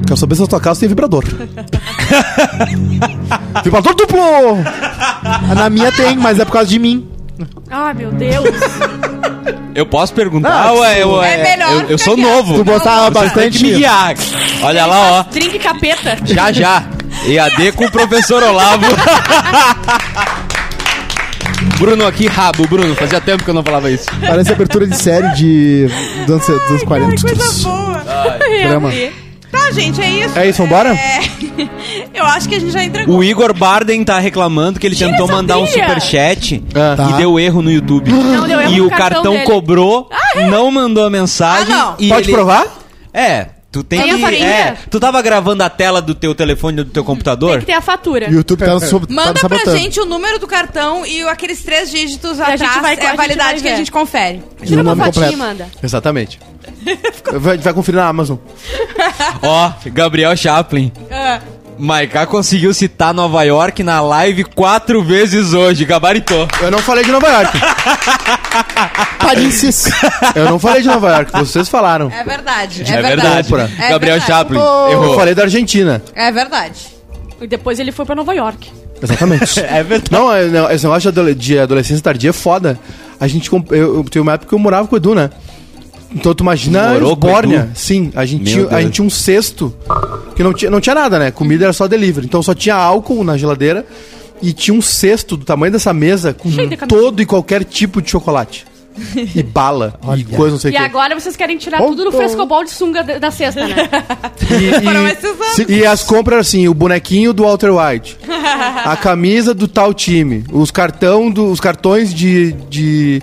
Quero saber se na tua casa tem vibrador. vibrador duplo!
Na minha tem, mas é por causa de mim.
Ai, Ah, meu Deus.
Eu posso perguntar?
Ah,
ué, eu,
É melhor
eu, eu
ficar
sou
quieto.
novo.
Tu botava
Vocês têm que
bastante.
me guiar. Olha lá, ó.
Drink capeta.
Já, já. EAD com o professor Olavo. Bruno aqui, rabo, Bruno. Fazia tempo que eu não falava isso.
Parece abertura de série de dos anos- dos anos 40.
Que coisa boa.
Drama.
Tá, gente, é isso.
É isso, vambora?
É... Eu acho que a gente já entregou.
O Igor Barden tá reclamando que ele
Tira
tentou
essa
mandar um
trilha.
superchat
Ah.
Tá.
e deu erro no YouTube.
Não, deu erro
e
no
o
cartão
cartão
dele.
cobrou, não mandou a mensagem.
Ah, não.
E
Pode
ele-
provar?
É. Tu tem,
Tem a
que.
farinha?
É, tu tava gravando a tela do teu telefone do teu computador?
Tem que ter a fatura.
O YouTube tá, sob, tá
Manda pra
sabotando.
gente o número do cartão e aqueles três dígitos
a
atrás
gente vai-
é
a
a
gente
validade
vai
que a
ver.
gente confere.
Tira
E o
uma
nome
fotinha e
completo.
manda.
Exatamente. vai, vai conferir na Amazon.
Ó, Gabriel Chaplin.
Ah,
Maiká conseguiu citar Nova York na live quatro vezes hoje, gabaritou.
Eu não falei de Nova York.
Parinsis.
Eu não falei de Nova York. Vocês falaram.
é verdade. É,
É, verdade.
verdade.
É
Gabriel
verdade.
Chaplin
Eu
errou.
falei da Argentina.
É verdade.
E depois ele foi pra Nova York.
Exatamente.
É verdade.
Não, é- não, esse negócio de adole- de adolescência tardia é foda. A gente. comp- Eu, eu, tem uma época que eu morava com o Edu, né? Então tu imagina
Morou
os
com o
Bórnia.
Edu?
Sim, a gente,
Meu
tinha, a
Deus.
gente tinha um cesto que não tinha, não tinha nada, né? Comida era só delivery. Então só tinha álcool na geladeira e tinha um cesto do tamanho dessa mesa com
Cheio de camisa.
todo e qualquer tipo de chocolate. E bala, e coisa, não sei o
E
que.
agora vocês querem tirar
Bom,
tudo do
bom.
frescobol de sunga da, da cesta, né?
Foram esses anos.
E as compras assim, o bonequinho do Walter White, a camisa do tal time, os cartão do, os cartões de, de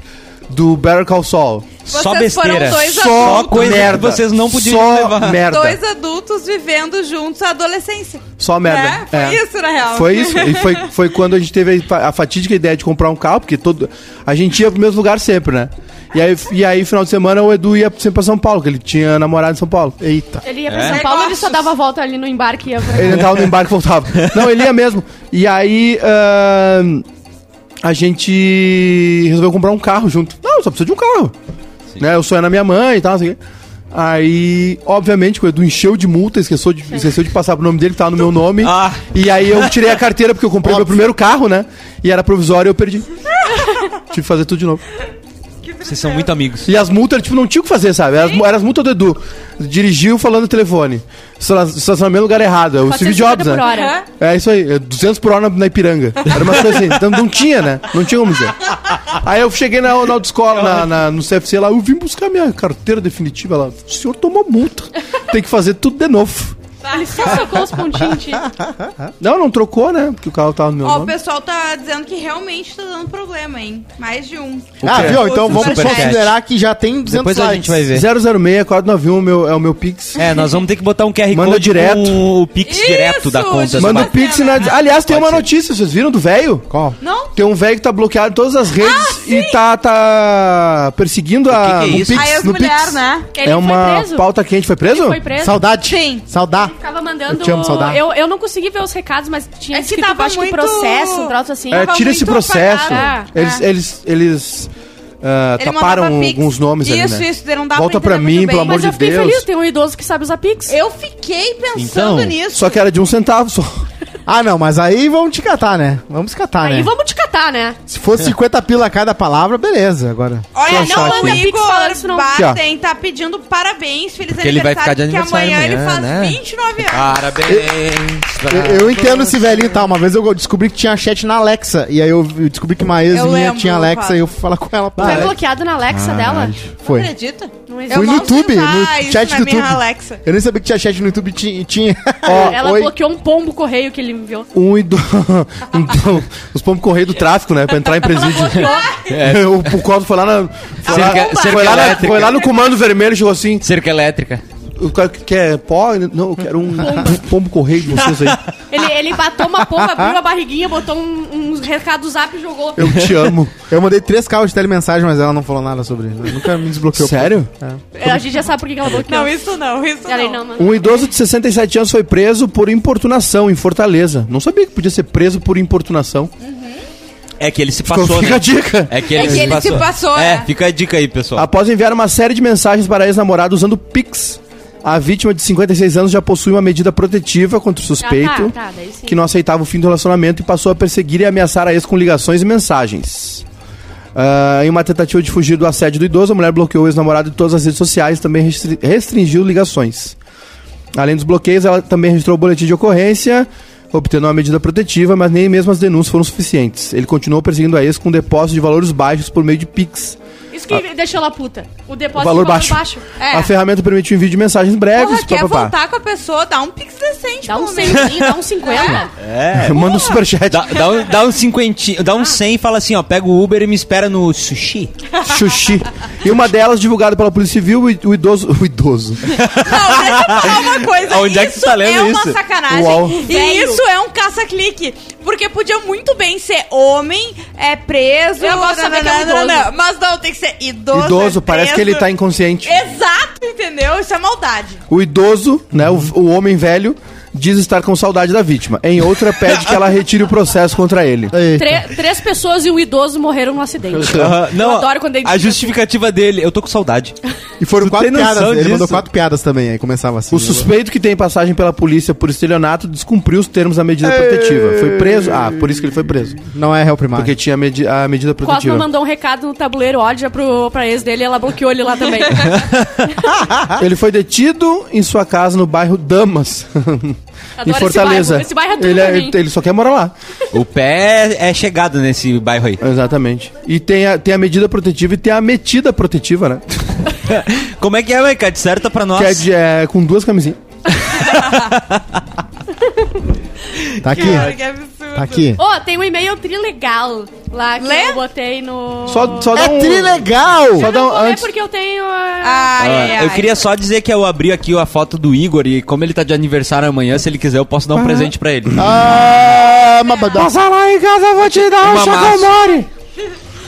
do Better Call Saul.
Só
Vocês foram
besteira.
dois
Só
adultos.
coisa que vocês não podiam
só
levar.
Merda.
Tá Dois adultos vivendo juntos a adolescência.
Só merda. É.
Né? Foi isso, na real.
Foi isso. E foi, foi quando a gente teve a fa- a fatídica ideia de comprar um carro, porque todo a gente ia pro mesmo lugar sempre, né? E aí, e aí final de semana, o Edu ia sempre pra São Paulo, que ele tinha namorado em São Paulo.
Eita.
Ele ia pra
É?
São Paulo, ele só
Negócios.
dava a volta ali no embarque e ia pra...
Ele entrava no embarque e voltava. Não, ele ia mesmo. E aí. ahn, a gente resolveu comprar um carro junto. Não, só precisa de um carro. Né, eu sonho na minha mãe e tal, assim. Aí, obviamente, que o Edu encheu de multa, esqueceu de, esqueceu de passar pro nome dele, que tava no meu nome.
Ah.
E aí eu tirei a carteira porque eu comprei meu
Óbvio.
primeiro carro, né? E era provisório e eu perdi. Tive que fazer tudo de novo.
Vocês são muito amigos.
E as multas, tipo, não tinha o que fazer, sabe? Era as, era as multas do Edu. Dirigiu falando no telefone. Estaciona- Estacionamento no lugar errado. O Steve
450
Jobs, né?
por hora.
Hã?
É isso aí, é 200 por hora na, na Ipiranga. Era uma coisa assim, então não tinha, né? Não tinha como dizer. Aí eu cheguei na, na autoescola, na, na- no CFC lá, eu vim buscar minha carteira definitiva lá. O senhor tomou multa, tem que fazer tudo de novo.
Ele só socou os pontinhos em ti.
Não, não trocou, né? Porque o carro tava no meu
Ó, o
nome.
pessoal tá dizendo que realmente tá dando problema, hein? Mais de um.
Ah,
quê?
viu? Então
Outro
vamos
superchat.
considerar que já tem 200
Depois a
likes.
gente vai ver.
006-491 meu, é o meu Pix.
É, nós vamos ter que botar um QR
Manda
Code
direto.
com o Pix
Isso,
direto da conta.
gente.
Manda o
do
Pode
Pix
ser,
na.
né?
Aliás, tem uma notícia, vocês viram do velho?
Qual?
Não?
Tem um velho que tá bloqueado em todas as redes e tá, tá perseguindo a.
que é
o
isso?
Pix,
Aí as
no
mulheres,
Pix.
né?
Ele
é
foi
uma
preso.
pauta quente. Foi preso?
Ele foi preso.
Saudade.
Sim.
Saudade.
Ficava mandando.
Eu te amo, saudade.
Eu, eu não consegui ver os recados, mas tinha
É que
escrito,
tava
acho
muito-
que processo, um troço assim.
É,
Tava
tira esse
muito
processo.
apagado.
Eles,
É.
eles, eles ah,
Ele
taparam
mandava pix.
alguns nomes ali,
Isso,
né?
isso, não dá
Volta
pra
pra
entender muito
mim,
bem.
pelo amor
é. Mas
de
eu fiquei
Deus.
feliz, tem um idoso que sabe usar Pix.
Eu fiquei pensando
Então,
nisso.
Só que era de um centavo só.
Ah, não, mas aí vamos te catar, né? Vamos catar,
Aí
né?
vamos te catar, né?
Se fosse 50 pila cada palavra, beleza. Agora.
Olha,
Deixa eu
não,
achar
o
aqui.
Pix
Igor
falando isso não.
Baden tá pedindo parabéns, feliz
Porque ele vai ficar de aniversário
que amanhã, ele
amanhã,
faz
né?
29 anos.
Parabéns. pra
Eu, eu entendo esse velhinho e tal. Uma vez eu descobri que tinha chat na Alexa. E aí eu eu descobri que uma ex
Eu
minha
lembro,
tinha Alexa
Fábio.
e eu fui falar com ela. pô,
Foi
Alexa.
bloqueado na Alexa dela.
Foi.
Não acredita?
Não
Eu
existe.
Fui no
mal
YouTube,
usar
no
isso
chat
na
do
minha
YouTube.
Alexa.
Eu nem sabia que tinha chat no YouTube ti- e tinha.
Ela
Oi.
bloqueou um pombo correio que ele enviou.
Um e do... então, os pombos correio do tráfico, né? Pra entrar em presídio. É, o o Cosmo foi lá na. Foi lá,
Cerca-
foi, lá na-
cerca
foi lá no comando vermelho e chegou assim.
Cerca elétrica.
O cara que quer pó? Não, eu quero um pombo correio de vocês aí.
Ele, ele bateu uma pomba, abriu a barriguinha, botou um, um recado zap e jogou.
Eu te amo.
Eu mandei 3K de telemensagem, mas ela não falou nada sobre isso. Nunca me desbloqueou.
Sério?
A gente já sabe por que que ela bloqueou.
Não, isso não, isso
Ela aí,
não.
não, Ah, mano.
Um idoso de 67 anos foi preso por importunação em Fortaleza. Não sabia que podia ser preso por importunação.
É que ele se
Então
passou,
fica
né?
a dica.
É que
É
ele,
que
se,
ele
passou.
se passou,
É,
né?
fica a dica aí, pessoal.
Após enviar uma série de mensagens para ex-namorado usando Pix, a vítima de 56 anos já possui uma medida protetiva contra o suspeito,
tá, tá, daí sim.
que não aceitava o fim do relacionamento e passou a perseguir e ameaçar a ex com ligações e mensagens. Ah, em uma tentativa de fugir do assédio do idoso, a mulher bloqueou o ex-namorado de todas as redes sociais e também restri- restringiu ligações. Além dos bloqueios, ela também registrou o boletim de ocorrência, obtendo uma medida protetiva, mas nem mesmo as denúncias foram suficientes. Ele continuou perseguindo a ex com depósito de valores baixos por meio de Pix.
Isso que deixou ela puta. O depósito
O
de
valor baixo.
É.
A ferramenta permite o envio de mensagens breves.
Porra, quer
pá, pá, pá.
voltar com a pessoa, dá um pix decente,
Dá um
pelo menos.
100, dá um 50.
Manda um superchat.
Dá, dá um, dá um cinquentinho, dá um cem e fala assim, ó, pega o Uber e me espera no sushi.
Xuxi. E uma delas, divulgada pela Polícia Civil, o o idoso. O idoso.
Não, deixa eu falar uma coisa.
Onde é que tu tá lendo
é uma
isso?
sacanagem.
Uau.
E
Velho.
isso é um caça-clique. Porque podia muito bem ser homem, é preso...
Eu gosto de saber que é um idoso.
Mas não, tem que ser idoso,
Idoso,
é
parece
preso.
que ele tá inconsciente.
Exato, entendeu? Isso é maldade.
O idoso, né? O, o homem velho, diz estar com saudade da vítima. Em outra, pede que ela retire o processo contra ele.
Eita.
então.
Tre- três pessoas e um idoso morreram no acidente.
Aham,
Eu adoro quando ele
a
diz assim.
justificativa dele, eu tô com saudade.
E foram quatro
tem noção
piadas. Ele
disso?
mandou quatro piadas também, aí começava assim.
O suspeito que tem passagem pela polícia por estelionato descumpriu os termos da medida protetiva. Foi preso. Ah, por isso que ele foi preso.
Não é réu primário.
Porque tinha a, medi- a medida
Cosma
protetiva.
mandou um recado no tabuleiro ódio pro, pra ex dele e ela bloqueou ele lá também. Ah?
Ele foi detido em sua casa no bairro Damas, em
Adoro
Fortaleza.
Esse bairro, esse bairro é tudo
ele,
pra mim.
ele- ele só quer morar lá.
O pé é chegado nesse bairro aí.
Exatamente. E tem a, tem a medida protetiva e tem a metida protetiva, né?
Como é que é, Maica? Certa pra nós.
Que é, de- é com duas camisinhas.
Tá aqui.
Cara, que absurdo.
Tá aqui.
Ô, tem um e-mail trilegal lá que
Lê?
eu botei no...
Só, só dá
É
um.
trilegal!
Só
Eu
dá
não
um
vou ler
antes.
porque eu tenho... ah,
Ai, ai,
eu
ai.
queria só dizer que eu abri aqui a foto do Igor e como ele tá de aniversário amanhã, se ele quiser, eu posso dar um presente pra ele.
Ah, babadão.
Passa lá em casa, eu vou te
É
dar um
Uma massa.
chocomore.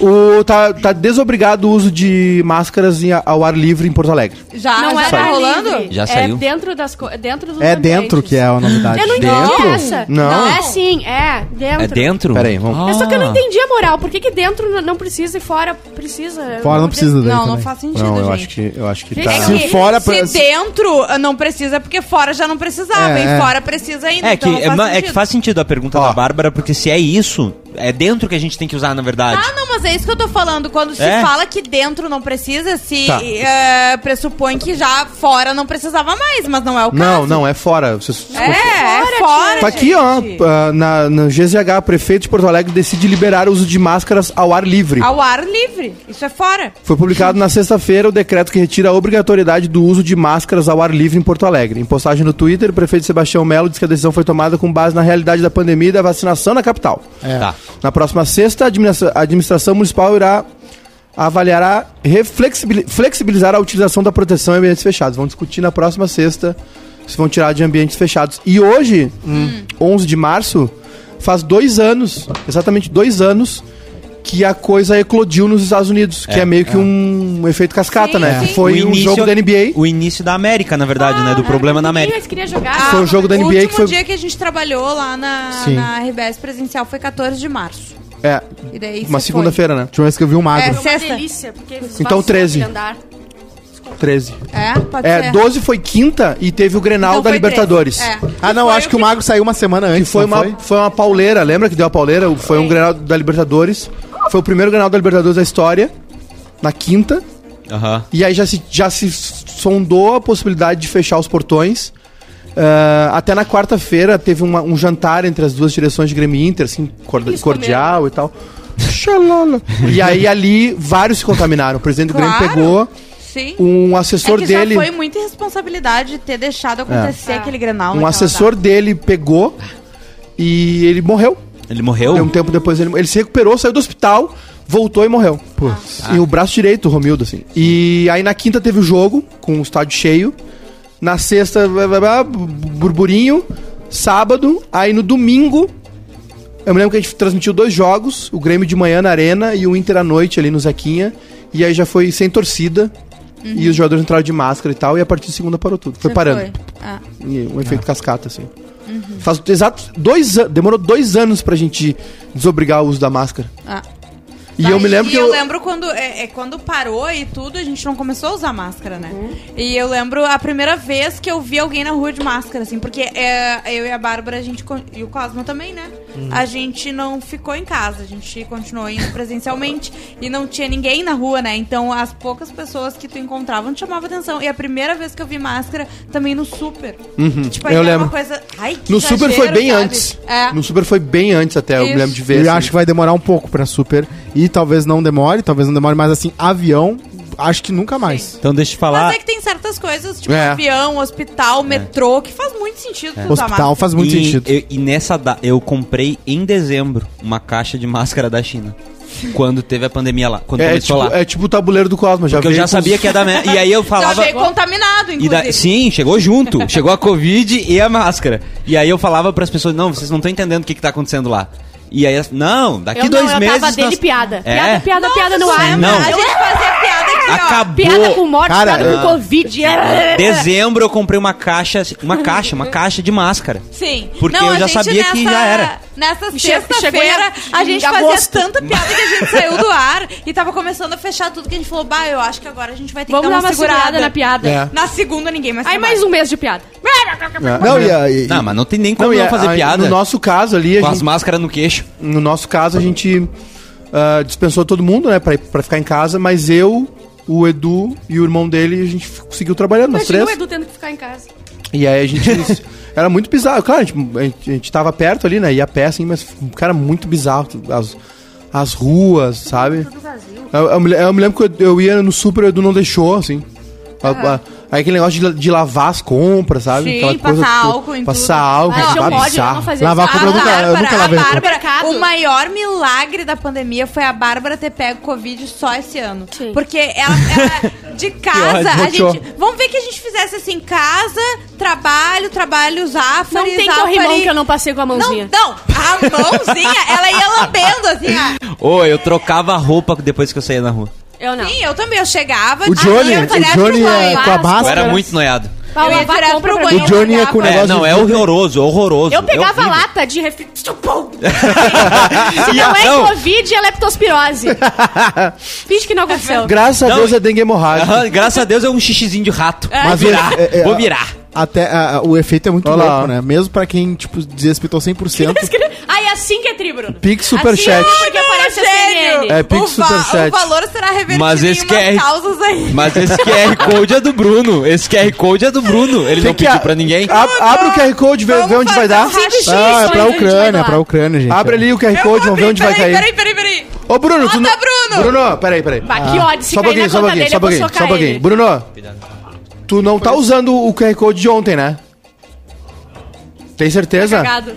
O, tá, tá desobrigado o uso de máscaras em- ao ar livre em Porto Alegre.
Já,
não
já
é era
tá rolando?
livre.
Já
é
saiu?
dentro das co- dentro dos
É dentro que é a novidade.
Eu não entendi
Dentro?
essa.
Não.
É sim, é dentro.
É dentro?
Pera aí, vamos-
É só que eu não
Ah.
entendi a moral. Por que, que dentro n- não precisa e fora precisa?
Fora não precisa daí
Não, não
também.
faz sentido,
Não, eu
gente.
acho que, eu acho que
Gente,
tá.
é
Se
que-
fora
Se
pra...
dentro ah, não precisa, porque fora já não precisava,
É, é.
e fora precisa ainda.
É que,
então não
é,
faz
ma- é
sentido.
que faz sentido a pergunta
Ó.
da Bárbara, porque se é isso, é dentro que a gente tem que usar, na verdade.
Ah, não, mas é isso que eu tô falando. Quando se
É?
fala que dentro não precisa, se
Tá.
eh, pressupõe que já fora não precisava mais, mas não é o caso.
Não, não, é fora. Vocês-
É, é fora.
Tá
gente.
aqui, ó, ah, na, na GZH, prefeito de Porto Alegre decide liberar o uso de máscaras ao ar livre.
Ao ar livre. Isso é fora.
Foi publicado na sexta-feira o decreto que retira a obrigatoriedade do uso de máscaras ao ar livre em Porto Alegre. Em postagem no Twitter, o prefeito Sebastião Melo diz que a decisão foi tomada com base na realidade da pandemia e da vacinação na capital.
Ah.
Tá.
Na próxima sexta, a administra- a administração municipal irá avaliará reflexibili- flexibilizar a utilização da proteção em ambientes fechados. Vão discutir na próxima sexta se vão tirar de ambientes fechados. E hoje,
Hum.
11 de março, faz dois anos, exatamente dois anos, que a coisa eclodiu nos Estados Unidos, que é meio que um efeito cascata,
Sim,
né?
sim.
Que Foi um jogo da NBA.
O início da América, na verdade, né? Do
Ah,
problema na América.
Eles queria jogar.
Foi o jogo da NBA
O
que
Ah, último
foi-
dia que a gente trabalhou lá na,
Sim.
na RBS presencial foi 14 de março.
É,
E daí
uma
você
segunda-feira, né?
Última vez que eu vi um
É,
magro.
Foi uma
sexta.
delícia, porque os
Então,
vasos
13.
daquele andar.
13.
foi. É, pode
É,
ser.
12 foi quinta e teve o Grenal
Então
da
foi
Libertadores.
treze. É.
Ah, não,
foi
acho que o magro saiu uma semana
Que
antes.
foi
não
uma, foi? uma pauleira, lembra que deu a pauleira? Foi um Grenal da Libertadores. Foi o primeiro Grenal da Libertadores da história, na quinta.
Aham.
E aí já se, já se sondou a possibilidade de fechar os portões. Ah, até na quarta-feira teve uma- um jantar entre as duas direções de Grêmio e Inter, assim, corda-
Eles
cordial e tal. Xalala. e aí ali vários se contaminaram. O presidente do Grêmio
Claro.
pegou,
Sim.
um assessor
é que
dele.
já foi muita irresponsabilidade ter deixado acontecer
É.
aquele Grenal.
Um
naquela
assessor dele pegou e ele morreu.
Ele
Deu
morreu?
um tempo depois ele, ele se recuperou, saiu do hospital, voltou e morreu. E o braço direito, o Romildo, assim. E aí na quinta teve o jogo, com o estádio cheio. Na sexta, blá, blá, blá, bu- burburinho. Sábado, aí no domingo. Eu me lembro que a gente transmitiu dois jogos, o Grêmio de manhã na arena e o Inter à noite ali no Zequinha. E aí já foi sem torcida. E os jogadores entraram de máscara e tal, e a partir de segunda parou tudo. Foi parando.
Ah.
E um efeito cascata, assim. Faz exato dois an- Demorou dois anos pra gente desobrigar o uso da máscara.
Ah.
E
Tá,
eu me lembro
e
que
eu,
eu.
lembro quando, é, é, quando parou e tudo, a gente não começou a usar máscara, né? E eu lembro a primeira vez que eu vi alguém na rua de máscara, assim, porque é, eu e a Bárbara, a gente. con- E o Cosmo também, né? A gente não ficou em casa, a gente continuou indo presencialmente e não tinha ninguém na rua, né? Então as poucas pessoas que tu encontravam te chamavam atenção. E a primeira vez que eu vi máscara também no super. Tipo, aí
Uhum. eu
era
lembro.
uma coisa. Ai, que
No Super foi
exagero,
bem
sabe?
antes.
É.
No Super foi bem antes até, eu me
Isso.
lembro de ver.
Eu
assim.
acho que vai demorar um pouco pra super. E talvez não demore, talvez não demore, mas assim, avião, acho que nunca mais.
Então deixa eu te falar.
Mas é que tem certas coisas, tipo
É.
avião, hospital, metrô, que faz muito sentido
É.
tu usar
Hospital
máscara.
faz muito
e,
sentido.
e- e nessa da- eu comprei em dezembro uma caixa de máscara da China. Quando teve a pandemia lá, quando
É,
começou
tipo,
lá.
é tipo o tabuleiro do Cosmo, já
Porque eu
veio
já
com-
sabia que ia dar merda. E aí eu
Já
falava.
veio contaminado,
E da-
inclusive.
sim, chegou junto. Chegou a Covid e a máscara. E aí eu falava pras pessoas: não, vocês não estão entendendo o que, que tá acontecendo lá. E aí, elas, não, daqui
Eu
É dois
não, eu
meses.
tava dele
nós-
piada.
É?
Piada, piada, piada no
Nossa,
ar.
Não.
A gente fazia piada aqui, ó.
Acabou.
Piada com morte,
Cara,
piada com
ah.
Covid.
Dezembro eu comprei uma caixa, uma caixa, uma caixa de máscara.
Sim.
Porque eu
a
já
gente
sabia que já era.
Nessa
Che- chegou em
sexta-feira,
a-
a gente
em
fazia
agosto.
tanta piada que a gente saiu do ar e tava começando a fechar tudo que a gente falou, bah, eu acho que agora a gente vai ter
Vamos
que dar
dar
uma,
uma segurada na piada.
É.
Na segunda ninguém mais
Aí
tem
mais um mês de piada.
É.
Não, e, a- e-
Não, mas não tem nem como
Não,
não,
e a-
fazer
a-
piada.
No nosso caso ali, a
Com as
gente-
máscaras no queixo.
no nosso caso a gente ah, dispensou todo mundo, né, pra, ir- pra ficar em casa, mas eu, o Edu e o irmão dele, a gente conseguiu trabalhando nós
Imagina
três.
o Edu tendo que ficar em casa.
E aí a gente. era muito bizarro. Claro, a gente, a gente- a gente tava perto ali, né? Ia a pé, assim, mas, cara, muito bizarro. As, as ruas, sabe? Eu, eu me, le- eu me lembro que eu, eu ia no super e o Edu não deixou, assim. A- a- Aí aquele negócio de, la- de lavar as compras, sabe?
Sim, passar álcool em
Passar
tudo.
álcool,
Ah, tinha um
bah,
ódio, eu
bizarro.
não fazia
Lavar
isso.
a compra
Ah,
eu nunca-
tá.
eu nunca lavei
a
roupa.
Bárbara,
Mercado.
o maior milagre da pandemia foi a Bárbara ter pego Covid só esse ano.
Sim.
Porque ela, ela, de casa, a
ódio.
gente. Vamos ver que a gente fizesse assim: casa, trabalho, trabalho, zafari,
Não tem
zafari.
corrimão que eu não passei com a mãozinha.
tá, Não, não, a mãozinha, ela ia lambendo assim, ó.
Ô, eu trocava a roupa depois que eu saía na rua.
Eu não.
Sim, eu também, eu chegava.
o Johnny,
aí eu ia
o
direto pro
Johnny é
banho.
com a
Eu
Eu
máscara.
era muito noiado.
Pra
Eu ia
lavar
direto
compra
pro
pra
banho.
mim.
O Johnny ia com o
Eu
É,
negócio.
não,
de-
é horroroso, horroroso. é
é
Eu pegava
horrível.
lata de refri. Se
E
não é
não.
Covid, é leptospirose. Finge que não aconteceu.
Graças a
Não,
Deus é dengue hemorrágica.
Aham, graças a Deus é um xixizinho de rato. Vou
Mas
virar,
é- é-
vou virar.
Até ah, o efeito é muito
Olha lá, ó.
louco, né? Mesmo pra quem, tipo, desrespeitou 100%.
Aí assim que é tri, Bruno.
Pix
assim é
superchat.
tri, porque aparece a CNN.
É, Pix
o, va-
Superchat.
o valor será revertido
Mas esse
em
que é-
umas causas aí.
Mas esse QR Code é do Bruno. Esse QR Code é do Bruno. Ele
Tem
não
que
pediu
a- Ah.
pra ninguém.
ab- abre o QR Code, vê,
Vamos
vê onde vai
fazer
dar.
um racha.
Ah, é
Isso,
pra
a gente vai
Ucrânia,
doar.
é pra Ucrânia, gente.
Abre ali o QR
Eu vou
Code, vamos ver
abrir,
onde vai
peraí,
cair.
Peraí, peraí, peraí.
Ô, Bruno, tu
Bota,
não...
Bruno!
Bruno, peraí, peraí.
Bah, que ódio, se
Só um pouquinho, só um
cair na conta
pouquinho,
dele,
só um
eu vou
pouquinho, só um
socar
pouquinho.
ele.
Bruno, tu não tá usando o QR Code de ontem, né? Tem certeza?
Tá Cagado.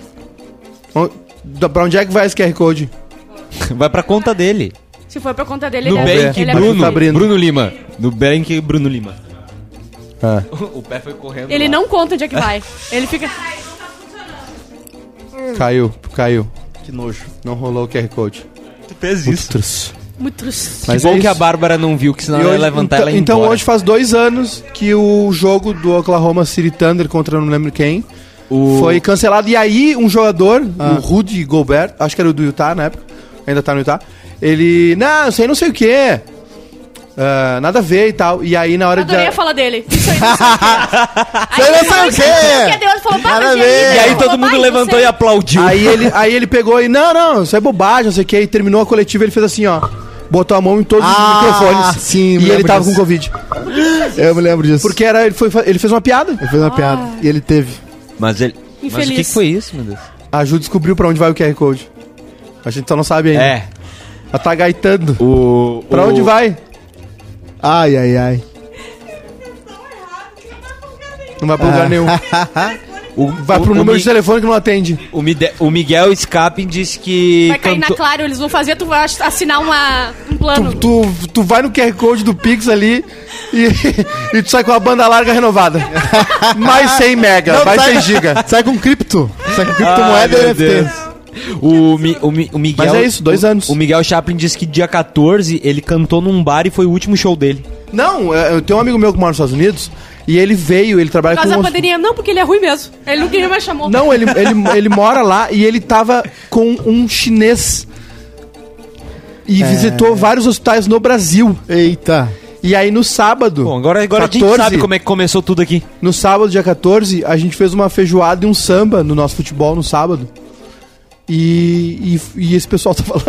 O- da- Pra onde é que vai esse QR Code?
Vai pra conta dele.
Se for pra conta dele,
No
ele
bem
é,
Bank
que
ele é
Bruno.
tá abrindo.
Bruno Lima. No Bank Bruno Lima.
Ah.
O pé foi correndo.
Ele não conta onde é que vai. Ele fica...
Hum.
Caiu, caiu. Que nojo. Não rolou o QR Code.
fez isso.
Trus.
Muito triste.
Que
Mas
bom
é isso.
que a Bárbara não viu, que senão
E
ela ia
hoje-
levantar
então,
ela e ir
então
embora.
hoje faz dois anos que o jogo do Oklahoma City Thunder contra eu não lembro quem
O- Ah.
foi cancelado. E aí um jogador, o Rudy Gobert, acho que era o do Utah na época, ainda tá no Utah, ele. Não, isso aí não sei o quê. Ah, nada a ver e tal. E aí na hora de.
Adorei a é fala dele. Isso aí, não sei o
Eu não
quê.
sei
Aí
o
ele falou,
quê.
"Isso aí, Deus falou, "Bah,
É Nada a
mas
ver."
aí?"
E aí
Ele falou,
todo mundo
"Bah,
levantou
você-
e aplaudiu.
Aí ele, aí ele pegou e, não, não, isso é bobagem, não sei o que, e terminou a coletiva, ele fez assim, ó, botou a mão em todos
Ah,
os microfones.
sim, me
e ele
lembro
tava
disso.
com Covid.
Eu me lembro disso.
Porque era, ele, foi, ele fez uma piada.
Ele fez uma piada. E ele teve.
Mas ele. Mas o
Infeliz.
que que foi isso, meu Deus?
A Ju descobriu pra onde vai o QR Code. A gente só não sabe ainda.
É.
Ela tá gaitando.
O.
Pra
o-
onde vai?
Ai, ai, ai.
Não vai pra
Ah.
lugar nenhum.
O,
Vai pro
o,
número
Mi-
de telefone que não atende.
o, Mide- o Miguel Scapin disse que.
Vai cair na
cantou-
Claro, eles vão fazer tu assinar uma, um plano.
Tu, tu, tu vai no QR Code do Pix ali e, e tu sai com a banda larga renovada. Mais 100 mega, mais 100 giga.
Sai com cripto. Sai com criptomoeda
Ai,
e
meu
NFT.
Deus. O, Mi- o, Mi- o Miguel.
Mas é isso, dois
o-
anos.
O Miguel Chaplin disse que dia 14 ele cantou num bar e foi o último show dele.
Não, é, eu tenho um amigo meu que mora nos Estados Unidos e ele veio, ele trabalha
Por causa
com...
da
um hos-
pandemia. Não, porque ele é ruim mesmo. Ele nunca ninguém mais chamou.
Não, ele, ele, ele mora lá e ele tava com um chinês. E visitou vários hospitais no Brasil.
É. Eita.
E aí no sábado.
Bom, agora, agora a
14,
gente sabe como é que começou tudo aqui.
No sábado, dia 14, a gente fez uma feijoada e um samba no nosso futebol no sábado. E, e, e esse pessoal tá falando.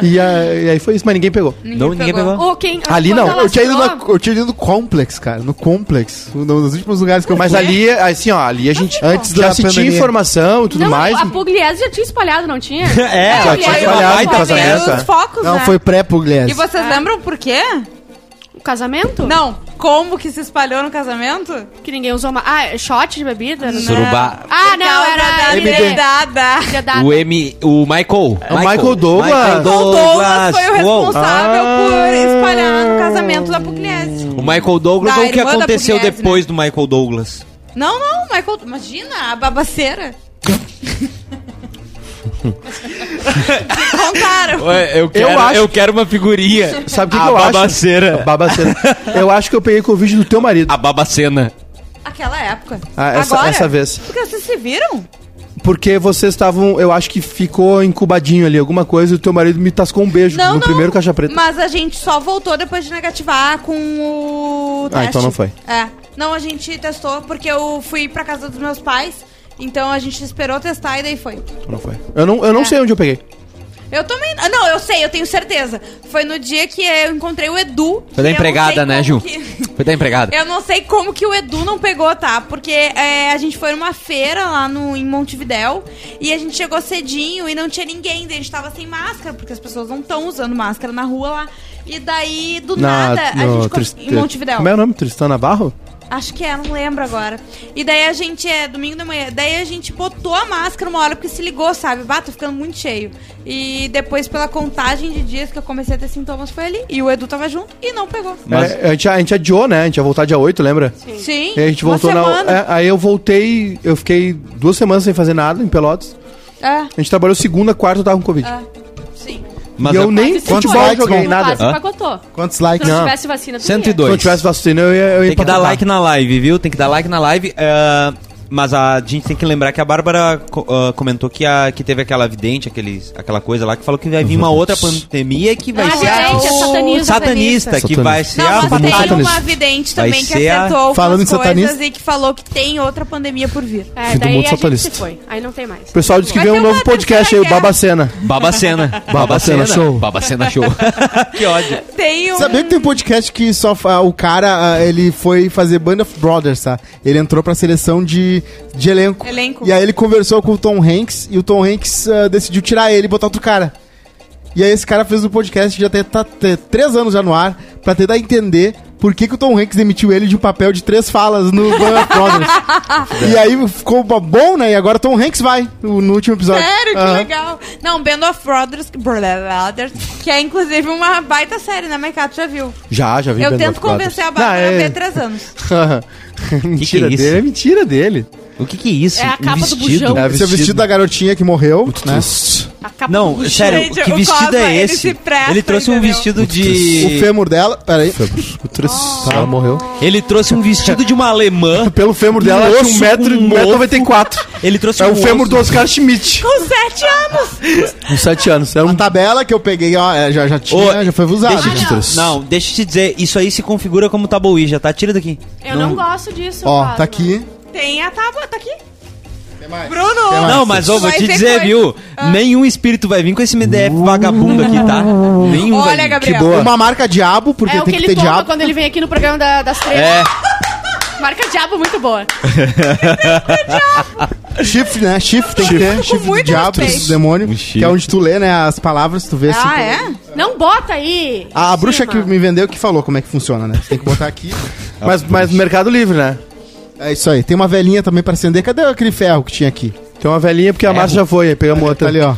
e, a- e aí foi isso, mas ninguém pegou.
Não, ninguém pegou.
Ou quem, Ah, tá
Ali
quando
não,
ela
eu
Eu tinha, ido
astrou-
na- eu tinha ido no Complex, cara. No Complex. Um dos últimos lugares que eu
Mas
fui.
ali, assim, ó, ali a gente.
Antes
já
da
se tinha
pandemia.
informação e tudo
Não,
mais.
a Pugliese já tinha espalhado, não tinha?
É,
já
E
tinha
aí
espalhado
eu-
em
eu-
casamento,
Os
é.
focos,
Não,
né?
foi pré-Pugliese.
E
Ah.
vocês lembram por quê?
O casamento?
Não, como que se espalhou no casamento?
Que ninguém usou uma... Ah, shot de bebida? Não.
Surubá.
Ah,
Por
não,
causa
é
era...
da
MD.
liberdade.
Filha da-
O M. O Michael.
É o Michael Douglas.
Michael
O Douglas foi o
Uou.
responsável
Ah.
por espalhar no casamento da Pugliese.
O Michael Douglas,
Da
ou o que
irmã da
aconteceu
Pugliese, né?
depois do Michael Douglas?
Não, não, Michael, imagina a babaceira. Me contaram.
Eu
quero- eu
quero uma figurinha.
Sabe o que,
A
que eu
babaceira.
acho? A babaceira. Eu acho que eu peguei Covid do teu marido.
A babacena.
Aquela época.
Ah, essa-
Agora?
essa vez.
Porque vocês se viram?
Porque vocês estavam, eu acho que ficou incubadinho ali, alguma coisa, e o teu marido me tascou um beijo no primeiro caixa preta.
Mas a gente só voltou depois de negativar com o
Ah,
teste.
então não foi.
É. Não, a gente testou porque eu fui pra casa dos meus pais. Então a gente esperou testar e daí foi.
Não foi. Eu não, eu não
É.
sei onde eu peguei.
Eu também. ah, Não, eu sei, eu tenho certeza. Foi no dia que eu encontrei o Edu.
Foi
Eu não
da
sei
empregada, né,
como
Ju?
que-
Foi da empregada.
Eu não sei como que o Edu não pegou, tá? Porque é, a gente foi numa feira lá no, em Montevidéu e a gente chegou cedinho e não tinha ninguém. Daí a gente tava sem máscara, porque as pessoas não estão usando máscara na rua lá. E daí, do
Na,
nada, a
no
gente.
Trist-
Triste... Em Montevidéu.
Como é o nome? Tristan Navarro?
Acho que é, não lembro agora. E daí a gente, é, domingo da manhã, daí a gente botou a máscara uma hora porque se ligou, sabe? Bah, tô ficando muito cheio. E depois, pela contagem de dias que eu comecei a ter sintomas, foi ali. E o Edu tava junto e não pegou.
Mas-
É, a, gente, a gente adiou, né? A gente ia voltar dia 8, lembra?
Sim,
E a gente
uma
voltou
semana.
na. é, aí eu voltei, eu fiquei duas semanas sem fazer nada em Pelotas.
É,
A gente trabalhou segunda, quarta, eu tava com
Ah.
Covid.
sim.
Mas é,
e eu
a-
nem
Quantos
futebol
likes
eu joguei,
vão-
nada.
Quase
Hã?
empacotou.
Quantos
Se
likes?
não
Não.
tivesse vacina, tu ia.
102.
Se eu tivesse vacina, eu ia. Eu ia
Tem que dar
empacotar.
like na live, viu? Tem que dar like na live. ah, mas a gente tem que lembrar que a Bárbara co- ah, comentou que, a, que teve aquela vidente, aqueles, aquela coisa lá, que falou que vai vir uma outra pandemia que vai
Ah,
ser a
vidente, é satanista.
satanista, que
Satanista.
vai ser
Não,
a
mas tem
fatal.
satanista.
uma vidente
Vai
também que
ser a-
acertou algumas
Falando em
coisas
satanista.
e que falou que tem outra pandemia por vir.
É,
Fim do
daí a
mundo
gente
satanista.
se foi. Aí não tem mais.
O pessoal disse que
Vai
veio
ter
um novo
uma
podcast aí, o
terceira
Babacena.
Babacena.
Babacena show.
Babacena show. que ódio.
Tem um...
Sabia que tem podcast que só fa- o cara, ah, ele foi fazer Band of Brothers, tá? Ele entrou pra seleção de, de elenco.
Elenco.
E aí ele conversou com o Tom Hanks e o Tom Hanks ah, decidiu tirar ele e botar outro cara. E aí esse cara fez um podcast que já tem, tá, tem três anos já no ar pra tentar entender por que, que o Tom Hanks demitiu ele de um papel de três falas no Band of Brothers. e aí ficou bom, né? E agora o Tom Hanks vai no, no último episódio. Ah.
Sério, que
Aham.
legal. Não, Band of Brothers, Brothers, que é inclusive uma baita série, né, Maiká? Tu já viu?
Já, já vi
Eu
Band
tento
of Brothers.
convencer a
Não,
Bárbara
é-
a ver três anos.
mentira
que é isso?
dele, é mentira dele.
O que que é isso?
É a capa do bujão.
vestido?
Esse é o vestido da garotinha que morreu, né?
A capa do
Não,
bucho.
sério,
Gente,
que
o
vestido
Cosma,
é
ele
esse?
se presta,
ele trouxe um
entendeu?
vestido
é
de...
O fêmur dela. Peraí.
Ela morreu.
Ele trouxe um vestido de uma alemã.
Pelo fêmur dela, ela tinha
osso,
1,94m.
um
Um metro e noventa e quatro.
Ele trouxe
é o
um
fêmur
osso.
do Oscar Schmidt.
Com sete anos!
Com 7
É
anos. Era
A
um...
tabela que eu peguei, ó, é, já, já tinha,
Ô,
já foi usada.
deixa eu te-
já.
Ah, Não, deixa eu te dizer, isso aí se configura como tabuija, tá? Tira daqui.
Eu não gosto disso.
Ó,
Cosma.
tá aqui.
Tem a tábua, tá aqui.
mais?
Bruno!
Ah,
Tem mais?
Não, mas ó, vou
Vai
te
ter
dizer,
coisa.
viu?
Ah.
Nenhum espírito vai vir com esse MDF
Uh.
vagabundo aqui, tá? Nenhum vai
Olha,
vir.
Gabriel.
boa.
Uma marca diabo, porque
É o que
tem que
ele
ter
toma
diabo.
quando ele vem aqui no programa da- das três.
É,
Marca Diabo muito boa.
Chifre, né? Chifre tem que ter. Chifre do
muito
diabo,
respeito.
do demônio.
chifre.
Que é onde tu lê, né? As palavras, tu vê assim.
Ah, é?
Não bota aí.
A, a bruxa
Cima.
que me vendeu que falou como é que funciona, né? Você tem que botar aqui.
Mas, mas no Mercado Livre, né?
É isso aí. Tem uma velhinha também pra acender. Cadê aquele ferro que tinha aqui?
Tem uma velhinha porque a Márcia já foi, aí pegamos
Tá
outra.
ali, ó.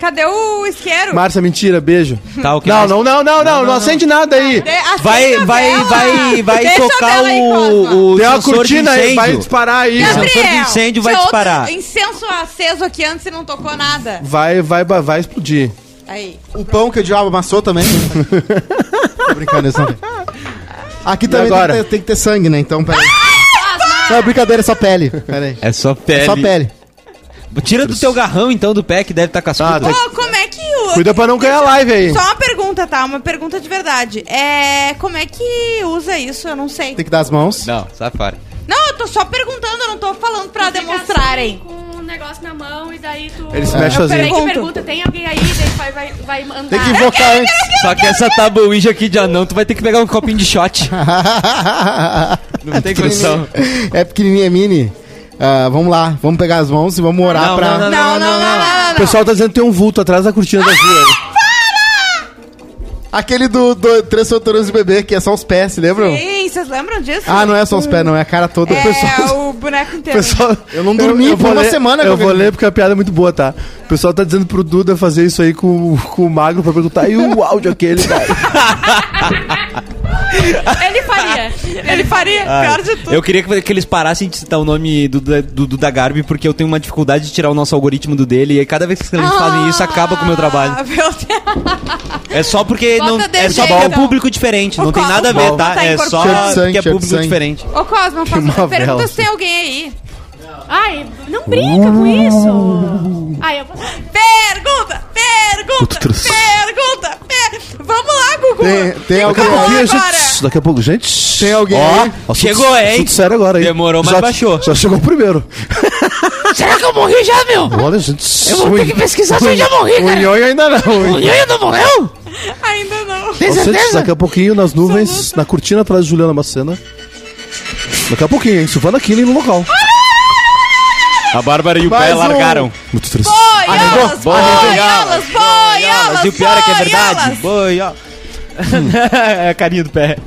Cadê o isqueiro?
Márcia, mentira, beijo.
Tá, o que
não,
mais?
não, não, não, não, não, acende nada aí.
De- acende
Vai,
a
vai,
vela.
vai, vai
Deixa a
tocar
vela aí, Cosma.
o, o
Tem uma
sensor
cortina
de
aí, vai
incêndio.
disparar aí.
Gabriel,
ó.
sensor de incêndio vai
tinha outro
disparar.
Incenso aceso aqui antes e não tocou nada.
Vai, vai, vai, vai explodir.
Aí.
O pão que o diabo amassou também. Tô brincando, isso não tem. Aqui também tem
agora?
que, ter, tem que ter sangue, né? Então, peraí. Não, brincadeira, é só pele. Peraí.
É só pele.
É só pele.
Tira do teu garrão, então, do pé, que deve estar tá
Ah,
cascudo.
tá-
Pô, como é que o.
Cuida pra não ganhar live aí.
Só uma pergunta, tá? Uma pergunta de verdade. É. Como é que usa isso? Eu não sei.
Tem que dar as mãos.
Não, sai fora.
Não, eu tô só perguntando, eu não tô falando pra
Fica
demonstrarem.
assim, Com um negócio na mão e daí tu. É,
Ele se mexe
Eu- peraí
sozinho.
que pergunta, tem alguém aí, daí vai, vai, vai mandar.
Tem que invocar antes.
Só que essa tábua Ouija aqui de anão, tu vai ter que pegar um copinho de shot. Não tem condição.
É pequenininha, é mini. Ah, vamos lá, vamos pegar as mãos e vamos orar
Não,
pra.
não,
Não, não, não, não, não, Ah,
O
não.
pessoal tá dizendo que tem um vulto atrás da cortina da rua.
Aquele do, do Três Solteiros de Bebê, que é só os pés, se lembram?
Sim, vocês lembram disso?
Ah, não é só os pés, não, é a cara toda.
É,
Pessoal,
o boneco
O
inteiro.
Pessoal,
Eu não dormi por
vou
uma
ler-
semana,
Eu
Gabriel.
vou ler porque a piada é muito boa, tá? O pessoal tá dizendo pro Duda fazer isso aí com, com o Magro pra perguntar. E o áudio aquele, tá? cara?
Ele faria.
Ele faria, pior de tudo.
Ah, Eu queria que, que eles parassem de citar o nome do, da- do, do da Garbi, porque eu tenho uma dificuldade de tirar o nosso algoritmo do dele, e aí cada vez que eles fazem isso, acaba com o meu
Ah,
trabalho.
meu Deus.
É só porque
Bota
não, é
dele,
só porque é
então.
público diferente, não
O
tem
Cosmo
nada a ver,
tá
tá? É só
incorporado. Cheio de sangue,
porque
cheio de
é público
sangue.
diferente.
Ô, Cosma,
uma
faço,
vela.
pergunta se tem alguém aí.
Ai, não brinca com isso. Ai, eu vou.
Pergunta, pergunta,
Outros.
pergunta. per- Vamos lá, Gugu.
tem, tem alguém.
Acabou
aí?
agora.
gente. Daqui a pouco, gente.
Tem alguém
Ó,
aí?
ó,
Chegou,
assunto-
hein?
assunto sério agora, hein?
Demorou, mas
já,
baixou.
Já chegou o primeiro.
Será que eu morri já, meu?
Olha, gente.
Eu vou ter que pesquisar se eu já morri,
O
cara.
Nhonho ainda
O
não, hein?
Nhonho ainda morreu?
Ainda não.
Tem
Vocês,
certeza?
daqui a pouquinho, nas nuvens, na cortina atrás de Juliana Macena. Daqui a pouquinho, hein? Silvana Killing no local.
A Bárbara e o
Mais um.
Muito triste.
Boiolas,
Arregou?
boiolas, boiolas,
Mas e o pior é que é verdade.
boiolas.
Boi, ó. é a carinha do pé.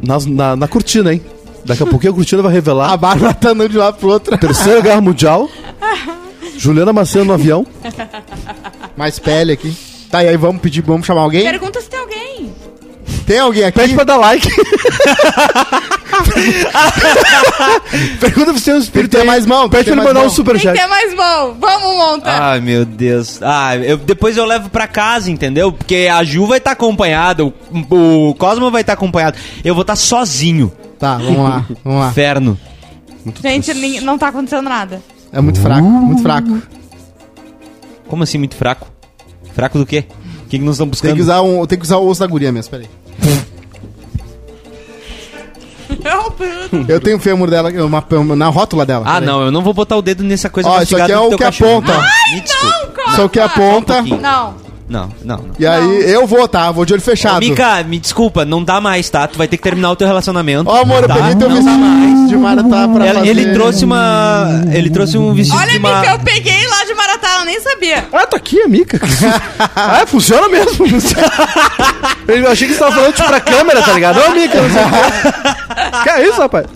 Nas- na, na cortina, hein? Daqui a pouquinho a cortina vai
A
Ah.
revelar
Bárbara tá andando de lá pro outro.
Terceira Guerra Mundial. Juliana Macena no avião.
Mais pele aqui. Tá, e aí vamos pedir, vamos chamar alguém?
Pergunta se tem alguém.
Tem alguém aqui?
Pede pra dar like. Pergunta se
Tem
tem um
que
espírito
ter
aí.
mais mão. tem
Pede
que ter
pra ele
mais mão.
mandar um
Tem que
superchat.
ter mais bom. Vamos, monta.
Ai, meu Deus. Ah, eu, depois eu levo pra casa, entendeu? Porque a Ju vai estar acompanhada, o, o Cosmo vai estar acompanhado. Eu vou estar sozinho.
Tá, vamos lá, vamos lá.
Inferno.
Gente, nin- não tá acontecendo nada.
É muito fraco, muito fraco.
Como assim, muito fraco? Fraco do quê? O que, que nós estamos
Tem que
buscando?
usar, um, tem que usar o osso da guria mesmo, peraí. Eu tenho o fêmur dela, uma- uma- na rótula dela.
Ah,
peraí.
não, eu não vou botar o dedo nessa coisa
Ó, isso
mastigada
aqui é
do
o
teu
que
cachorro.
aponta.
Ah, me desculpa.
Só o que aponta.
Ah, um pouquinho.
Não.
Não, não, não.
E aí, eu vou, tá? Vou de olho
Ô,
fechado.
Mika, me desculpa, não dá mais, tá? Tu vai ter que terminar o teu relacionamento.
Ó, amor, eu
tá?
peguei teu
Não
vestido
dá
de maratá pra
Ela-
fazer.
Ele trouxe uma. Ele trouxe um vestido
Olha,
de uma.
Mica, eu peguei lá de Maratá, eu nem sabia.
Ah, tá aqui, amiga. ah, funciona mesmo. Eu achei que você tava falando tipo, pra câmera, tá ligado? Ô, amiga. não sei o quê. Que é isso, rapaz?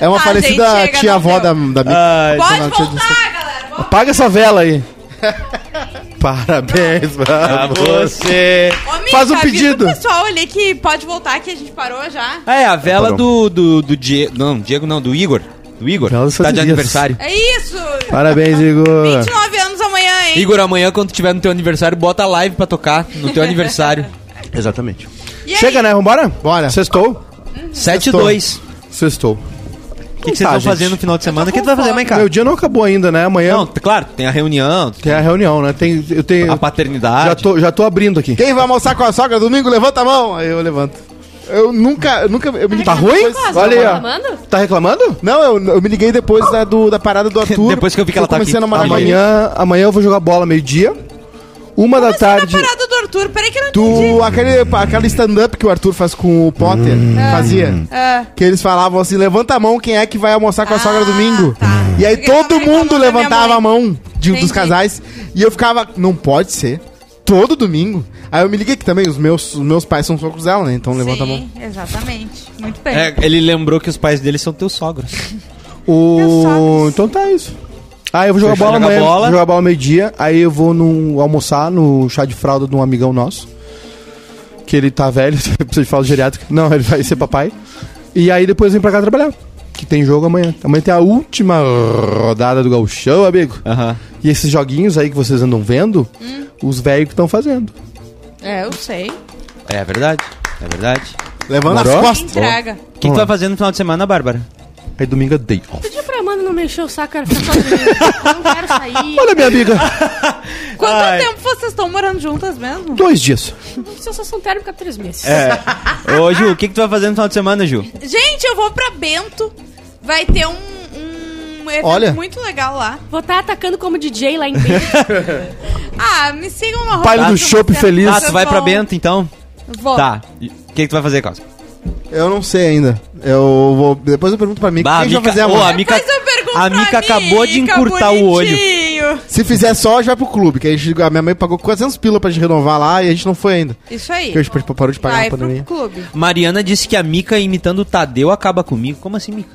É uma
Ah, gente,
falecida
chega,
tia-avó
não
da, da
deu.
Mika.
Ai,
Pode
não, deixa eu
voltar, galera. Vamos.
Apaga essa vela aí. Parabéns,
pra
mano.
você.
Ô, Mica,
Faz um
avisa
pedido.
o pessoal ali que pode voltar, que a gente parou já.
Ah, É, a
Tá
vela do, do, do Diego. Não, Diego não, do Igor. Do Igor.
Vela do
tá de
Elias.
aniversário.
É isso.
Parabéns, Igor.
29 anos amanhã, hein?
Igor, amanhã, quando tiver no teu aniversário, bota a live pra tocar no teu aniversário.
Exatamente.
E aí?
Chega, né? Vambora?
Bora.
Sextou?
7 e 2.
Sextou.
O que que vocês
tá,
vão
gente.
fazer no final de semana? O que tu vai fazer, mãe,
Ah.
Meu
cara?
dia não acabou ainda, né? Amanhã
Não, t- claro, tem a reunião,
tem a reunião, né? Tem, eu tenho.
a paternidade.
já, tô, já tô abrindo aqui.
Quem vai almoçar com a sogra domingo, levanta a mão. Aí eu levanto. Eu nunca, eu nunca... Eu me
Tá
liguei
ruim?
depois-
Cosmo,
Olha aí,
tá
ó.
reclamando?
Tá reclamando?
Não, eu, eu me liguei depois da, do- da parada do Arthur.
Depois que eu vi que ela tá
comecei
aqui.
a namorar com ele.
Amanhã, amanhã eu vou jogar bola meio-dia. Uma da tarde.
Na parada Tá do Arthur, peraí que eu não entendi.
Tu, aquele, aquele stand-up que o Arthur faz com o Potter,
Hum.
fazia.
Ah,
Que eles falavam assim, levanta a mão quem é que vai almoçar com a
Ah,
sogra domingo.
tá.
E aí
Porque
todo
tava reclamando
mundo
da minha
levantava
mãe.
a mão de um dos
Entendi.
casais. E eu ficava, não pode ser. Todo domingo. Aí eu me liguei que também os meus, os meus pais são socos dela, né? Então levanta a mão. É.
sim, exatamente. Muito bem.
É, ele lembrou que os pais dele são teus sogros.
O...
sogros.
Então tá isso. Ah, eu vou jogar
Você
bola
joga
amanhã.
bola.
Vou jogar bola meio-dia. Aí eu vou num, almoçar no chá de fralda de um amigão nosso. Que ele tá velho, precisa de fralda geriátrica. Não, ele vai ser papai. E aí depois eu vim pra cá trabalhar. Que tem jogo amanhã. Amanhã tem a última rodada do Gauchão, amigo.
Aham.
E esses joguinhos aí que vocês andam vendo, os velhos que estão fazendo.
É, eu sei.
É verdade. É verdade.
Levando
Morou?
as costas.
Entrega.
O que, que tu vai fazer no final de semana, Bárbara?
Aí domingo é day off.
Pedi pra Amanda não mexer o saco, era ficar sozinha. Eu não quero sair.
Olha, minha amiga,
Quanto
Ai.
tempo vocês estão morando juntas mesmo?
dois dias.
Sensação térmica há um é três meses.
Ah,
Ô, Ju, o que, que tu vai fazer no final de semana, Ju?
Gente, eu vou pra Bento. Vai ter um, um evento
Olha.
muito legal lá.
Vou estar atacando como DJ lá em Bento.
Ah, me sigam uma
Baile do Chopp Feliz.
Ah, tu vai pra Bento, então?
Vou.
Tá. E O que, que tu vai fazer, Cosmo?
Eu não sei ainda. Eu vou. Depois eu pergunto pra mim
Bah,
quem já
Mica-
fazer a
Ô,
mão.
a Mica-
Depois eu pergunto
a Mica
pra
acabou de
Mica,
encurtar o olho.
bonitinho.
Se fizer só, a gente vai pro clube. Que a, gente, a minha mãe pagou 400 pila pra gente renovar lá e a gente não foi ainda.
Isso aí.
Porque a gente parou de pagar
Vai
na pandemia.
pro clube.
Mariana disse que a Mica imitando o Tadeu acaba comigo. Como assim, Mica?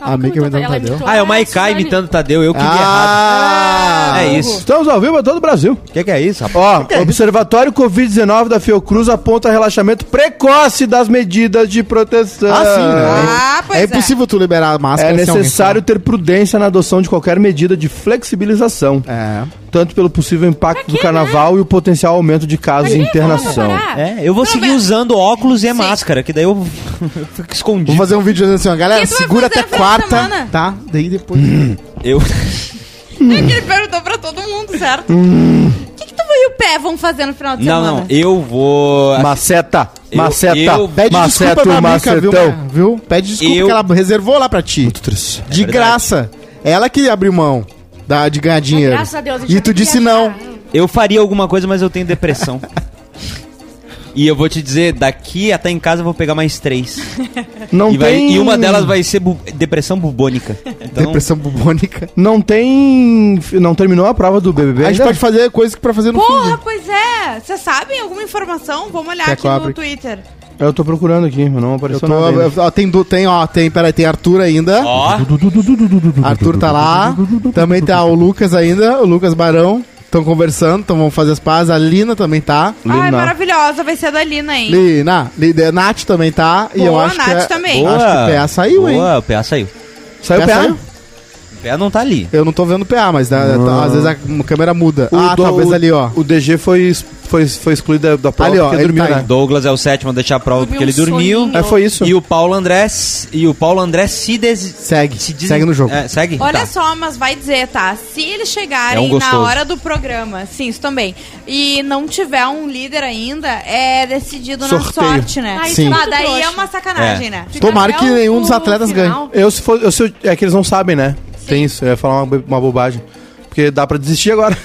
A Mica imitando o Tadeu.
Ah, é o Maikai imitando o Tadeu. Eu que li errado.
Ah!
É isso.
Estamos ao vivo pra todo o Brasil.
O que, que é isso, rapaz?
Ó, Observatório Covid-19 da Fiocruz aponta relaxamento precoce das medidas de proteção.
Ah, sim, né?
Ah, pois
é
é.
impossível tu liberar a
É
máscara sem alguém
necessário ter prudência na adoção de qualquer medida de flexibilização,
falar.
tanto pelo possível impacto
né?
do carnaval e o potencial aumento de casos e internação.
Ah,
É, eu vou seguir usando óculos e a máscara, que daí eu fico
É. Vou
escondido.
fazer um vídeo dizendo assim, ó, galera,
O que tu vai
segura
fazer
até
no fim de
quarta,
semana?
tá? Daí depois.
Hum. Eu...
Hum.
É que ele perguntou pra todo mundo, certo? O que, que tu e o pé vão fazer no final de
Não,
semana?
não, eu vou...
Maceta,
Eu-
maceta,
eu-
Pede
maceta,
desculpa pra Mica, viu,
macetão.
Mar- viu? Pede desculpa
então, Eu- É
que ela reservou lá pra ti.
triste.
De
verdade.
graça. Ela que abriu mão da, de ganhar dinheiro.
É, Graças a Deus. a gente
E
vai
tu
viajar.
disse não.
Eu faria alguma coisa, mas eu tenho depressão. E eu vou te dizer, daqui até em casa eu vou pegar mais três.
Não
E, vai-
tem...
e uma delas vai ser bu- depressão bubônica. Então,
Depressão bubônica.
Não tem... Não terminou a prova do BBB
A gente
ainda?
pode fazer coisas que pra fazer no fim.
Porra, pois é. Vocês sabem alguma informação? Vamos olhar
Quer
aqui
que eu abra
no
aqui?
Twitter.
Eu tô procurando aqui, mas não
Eu tô,
apareceu nada ainda.
eu- ó, tem, du- tem, ó, tem, peraí, tem Arthur ainda.
Ó,
Arthur tá lá. Também tá o Lucas ainda, o Lucas Barão. Estão conversando, então vamos fazer as pazes. A Lina também tá.
Ai,
Lina.
maravilhosa. Vai ser a da Lina, hein?
Lina, Lina, Nath também tá. e eu
Boa,
acho
Nath
que. é-
também.
boa.
Acho que o PA saiu,
boa,
hein?
o PA saiu.
Saiu o
Já
PA?
saiu?
O PA não tá ali.
Eu não tô vendo o PA, mas né, tá- às vezes a câmera muda.
O
ah,
do-
talvez
o-
ali, ó.
O DG foi, foi, foi excluído da, da prova
Ali, ó, ele
dormiu,
tá aí.
né?
Douglas é o sétimo a deixar a prova
Dormiu
porque ele
um
dormiu.
soninho.
É, foi isso.
E o Paulo André s- e o Paulo André se des...
Segue,
se des-
segue no jogo.
É, segue.
Olha
Tá.
só, mas vai dizer, tá? Se eles
É um
chegarem
gostoso.
na hora do programa, sim, isso também, e não tiver um líder ainda, é decidido
Sorteio.
na sorte, né?
Ah, isso
Sim.
é
Ah,
muito
daí
trouxa.
é uma sacanagem, né?
Fica
Tomara
até
que
o-
nenhum dos
o
atletas ganhe.
final.
Eu se for, eu, se eu- é que eles não sabem, né? Tem isso, eu ia falar uma, uma bobagem. Porque dá pra desistir agora.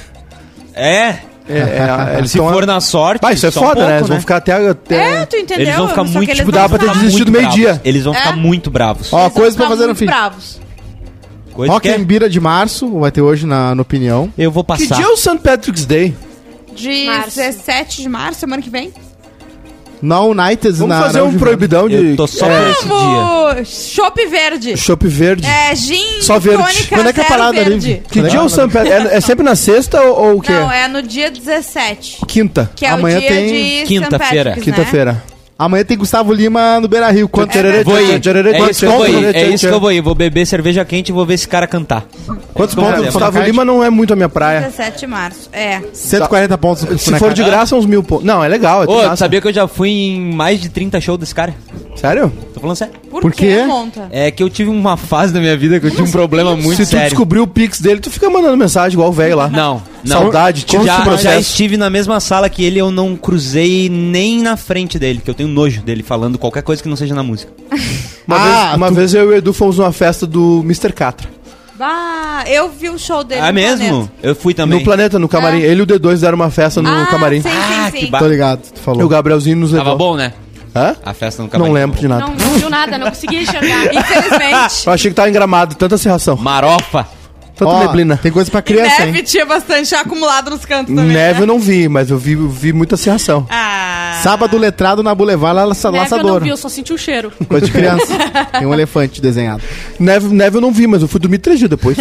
É,
É, é, eles
se
tão-
for na sorte.
Ah, isso é
só um
foda,
pouco,
né? Eles vão ficar até. até...
É, tu entendeu?
Eles vão ficar
Só
muito,
que eles
tipo,
vão
dá pra ter
ficar- É.
ficar
desistido
muito
meio-dia.
bravos. Eles vão ficar muito bravos.
Ó, coisa pra
ficar
fazer no
muito
fim.
bravos.
Coisa que é-
Rock'n'Bira de março, vai ter hoje na, no opinião.
Eu vou
Que
passar.
dia é o St. Patrick's Day?
De
Março.
17 de março, semana que vem.
Na United,
Vamos
na
fazer
na-
um proibidão de. É.
Eu tô só por esse
é
dia.
Vamos! Chopp verde.
Chopp verde.
É, gin
Só verde.
tônica
Quando é que é
zero
parada ali?
verde.
Que dia é o St. Patrick's É, é sempre na sexta ou, ou o quê?
Não, é no dia 17,
Quinta.
que é
Amanhã
o dia
tem
de St.
quinta-feira.
Patrick's, né?
Quinta-feira.
Amanhã tem Gustavo Lima no Beira Rio. Quanto
Tcharará,
Vou ir.
tcharará,
É isso que eu vou ir. É
tcharará,
isso que eu vou ir. Vou beber cerveja quente e vou ver esse cara cantar.
Quantos pontos
Vamos fazer,
o Gustavo
Gustavo
Lima?
Lima não é muito a minha praia.
17 de março, é.
140 pontos. no
Se for de graça, uns mil pontos. Não, é legal. É
Ô,
tudo
tu sabia que eu já fui em mais de 30 shows desse cara?
Sério?
Tô falando sério.
Por,
Por quê?
que monta?
É que eu tive uma fase da minha vida que eu tive um problema muito
Se tu
sério.
descobriu o pix dele, tu fica mandando mensagem igual o velho lá.
Não, não.
Saudade, tive esse
Já, já
processo.
estive na mesma sala que ele, eu não cruzei nem na frente dele, que eu tenho nojo dele falando qualquer coisa que não seja na música.
Uma,
Ah,
vez, uma
tu-
vez eu e o Edu fomos numa festa do Mr. Catra.
Ah, eu vi o show dele.
é
no
mesmo?
Planeta.
Eu fui também.
No planeta, no camarim. Ele e o D2 deram uma festa no
Ah,
camarim.
Sim,
Ah,
sim,
que
sim.
ba-
Tô ligado, tu
E o
falou.
Gabrielzinho nos levou.
Tava bom, né?
Hã?
A festa no camarim.
Não lembro de nada.
Não viu nada, não conseguia enxergar.
Infelizmente.
Eu achei que tava engramado, tanta serração,
Marofa.
tanta
Ó,
neblina.
Tem coisa pra
E
criança,
neve
hein?
tinha bastante acumulado nos cantos também.
assim. Neve eu
né?
não vi, mas eu vi, vi muita serração.
Ah,
Sábado letrado na Boulevard La La-
Neve É eu não vi,
Laçadora.
eu só senti o cheiro.
Coisa de criança. Tem um elefante desenhado.
Neve, neve eu não vi, mas eu fui dormir três dias depois.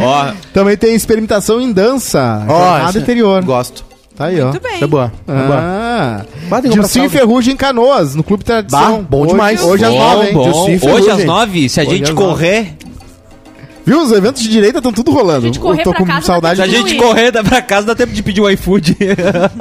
Ó,
Também tem experimentação em dança. jornada
essa-
interior.
Gosto.
Tá aí, ó.
Muito bem.
é Tá boa. Tá boa.
Ah,
Bah, tem que comprar
Dilcinho e
caldo.
Ferrugem em Canoas, no Clube Tradição.
Bah, bom
hoje,
demais.
Hoje às
bom,
nove, hein?
bom.
Dilcinho e
Hoje
Ferrugem.
às nove, se a
Hoje às
gente
nove.
correr,
Viu? Os eventos de direita estão tudo rolando.
A gente correr
Eu tô
pra
com
casa,
saudade.
se a
Dilcinho.
gente correr dá pra casa, dá tempo de pedir o iFood.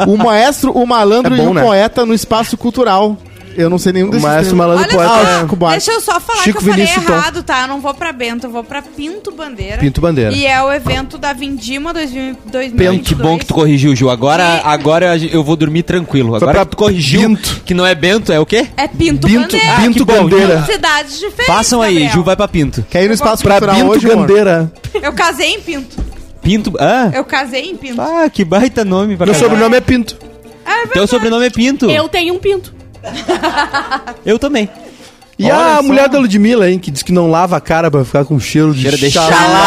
O maestro, o malandro
É bom,
e o
né?
poeta no espaço cultural. Eu não sei nenhum desses.
Maestro
termos.
Malandro e
Olha
Poeta.
Ah,
só,
Chico Buarque.
deixa eu só falar
Chico
que eu falei
Vinícius Tom.
errado, tá? Eu não vou pra Bento, eu vou pra Pinto Bandeira.
Pinto Bandeira.
E é o evento da Vindima 2000 2022.
Ai, que bom que tu corrigiu, Gil. Agora, agora eu vou dormir tranquilo. Agora
pra
que tu corrigiu,
Bento.
que não é Bento, é o quê?
É Pinto,
Pinto,
Bandeira.
Ah,
Pinto
que bom,
Bandeira.
Cidades diferentes,
Façam aí,
É Gabriel.
Gil vai pra Pinto.
Quer ir no espaço
Pra
cultural
Binto
hoje, amor?
Gandeira.
Eu casei em Pinto.
Pinto, ah?
Eu casei em Pinto.
Ah, que baita nome pra
Meu
casar.
sobrenome é Pinto.
É verdade.
Teu sobrenome é Pinto.
Eu tenho um pinto.
Eu também.
E
Olha
a
só.
mulher da Ludmilla, hein, que diz que não lava a cara pra ficar com cheiro de,
Cheiro de
xalala.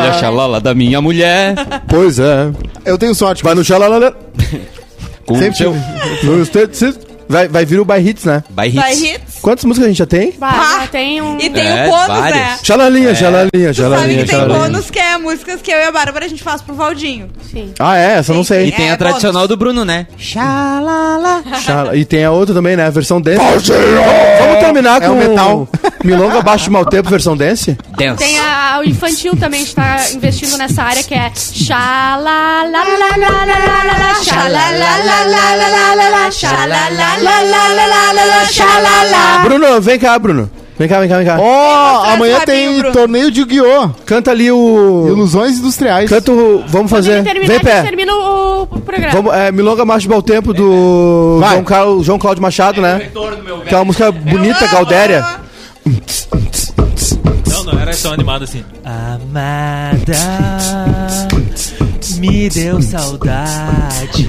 Olha a xalala da minha mulher.
Pois é.
Eu tenho sorte.
Vai no xalala.
Com
Sempre
seu...
Vai, vai vir o By Hits, né?
Vai
Vai
hits.
hits.
Quantas músicas a gente já tem?
Bah,
Ah.
já tem um...
E tem
É,
o bônus,
vários.
né?
Xalalinha, xalalinha,
Sabe
xalalinha,
que tem
xalalinha.
bônus que é músicas que eu e a Bárbara a gente faz pro Valdinho.
Sim.
Ah, é? Essa eu não
E
sei.
tem
É,
a tradicional
bônus.
do Bruno, né? Xalala.
Xala- E tem a outra também, né? A versão dance. Vamos terminar
É
com
o metal.
Milonga abaixo de mau tempo, versão dance?
Dance.
Tem a, o infantil também, a gente tá investindo nessa área que é xalalalalalalala, xalalalalalalala, xalalalalalalala, xalala.
Bruno, vem cá, Bruno. Vem cá, vem cá, vem cá.
Ó,
traz
amanhã
o
tem
rabinho, Bruno.
torneio de Guiô.
Canta ali o.
Ilusões industriais.
Canta o. Vamos fazer.
Quando ele terminar,
Vem,
a gente
pé.
termina o, o programa.
Vamos, é, Milonga Marcha de Bom Tempo do
Vai.
João, Carlos, João Cláudio Machado, né? Que é uma música bonita, Galdéria.
Ah,
Não, não era tão animado assim. Amada, me deu saudade.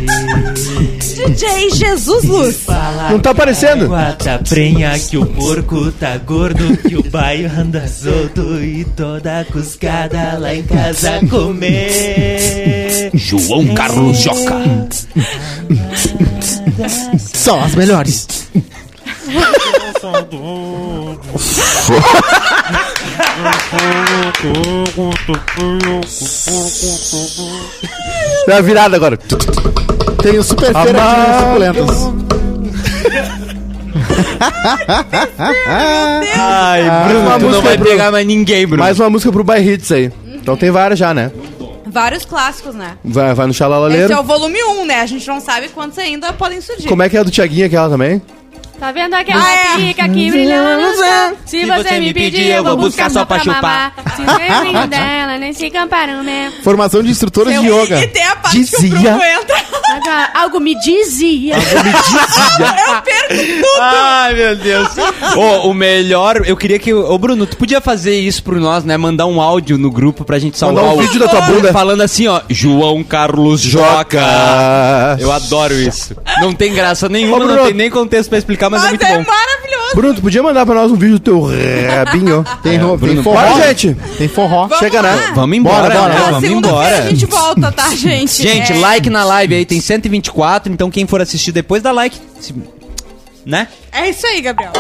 DJ Jesus Luz.
Fala
Não tá aparecendo?
Guata prenha que o porco tá gordo, que o bairro anda solto e toda cuscada lá em casa comer.
João Carlos Joca.
São as melhores.
É
Tá
a virada agora.
Tem o Super Feira de
Amar-
Meninas Suculentas.
Ai,
uma
Bruno, Ah, tu
música,
não vai
Bruno.
pegar mais ninguém, Bruno.
Mais uma música pro By Hits aí. Então tem várias já, né?
Vários clássicos, né?
Vai, vai no
Esse é
Xalalaleiro.
o volume 1, né? A gente não sabe quantos ainda podem surgir.
Como é que é a do Tiaguinho aquela também?
Tá vendo aquela
Ah, é.
pica que brilha no céu? Se você me pedir, eu vou buscar só pra chupar. Se você brincar dela, nem se camparam mesmo.
Formação de instrutoras de
E
yoga.
tem a parte que o
é Dizia.
Bruno entra.
Agora, Algo me dizia.
Eu perco tudo.
Ai, meu Deus. Ô, o melhor, eu queria que. Ô, Bruno, tu podia fazer isso pro nós, né? Mandar um áudio no grupo pra gente salvar
Mandar um
o
vídeo da tua bunda.
Falando assim, ó. João Carlos Joca. Eu adoro isso. Não tem graça
Ô,
nenhuma, não
Bruno.
tem nem contexto pra explicar, mas, é
Mas
muito
é,
bom.
maravilhoso.
Bruno, tu podia mandar pra nós um vídeo do teu rabinho?
Tem, ro- tem
É, Bruno,
forró.
Para, gente!
Tem forró.
Chega, né?
Vamos embora,
Bora,
né?
bora.
Na
Vamos
Tá, segunda-feira
embora.
a gente volta, tá, gente?
Gente,
É.
like na live aí, tem 124, então quem for assistir depois dá like. Se- Né?
É isso aí, Gabriel.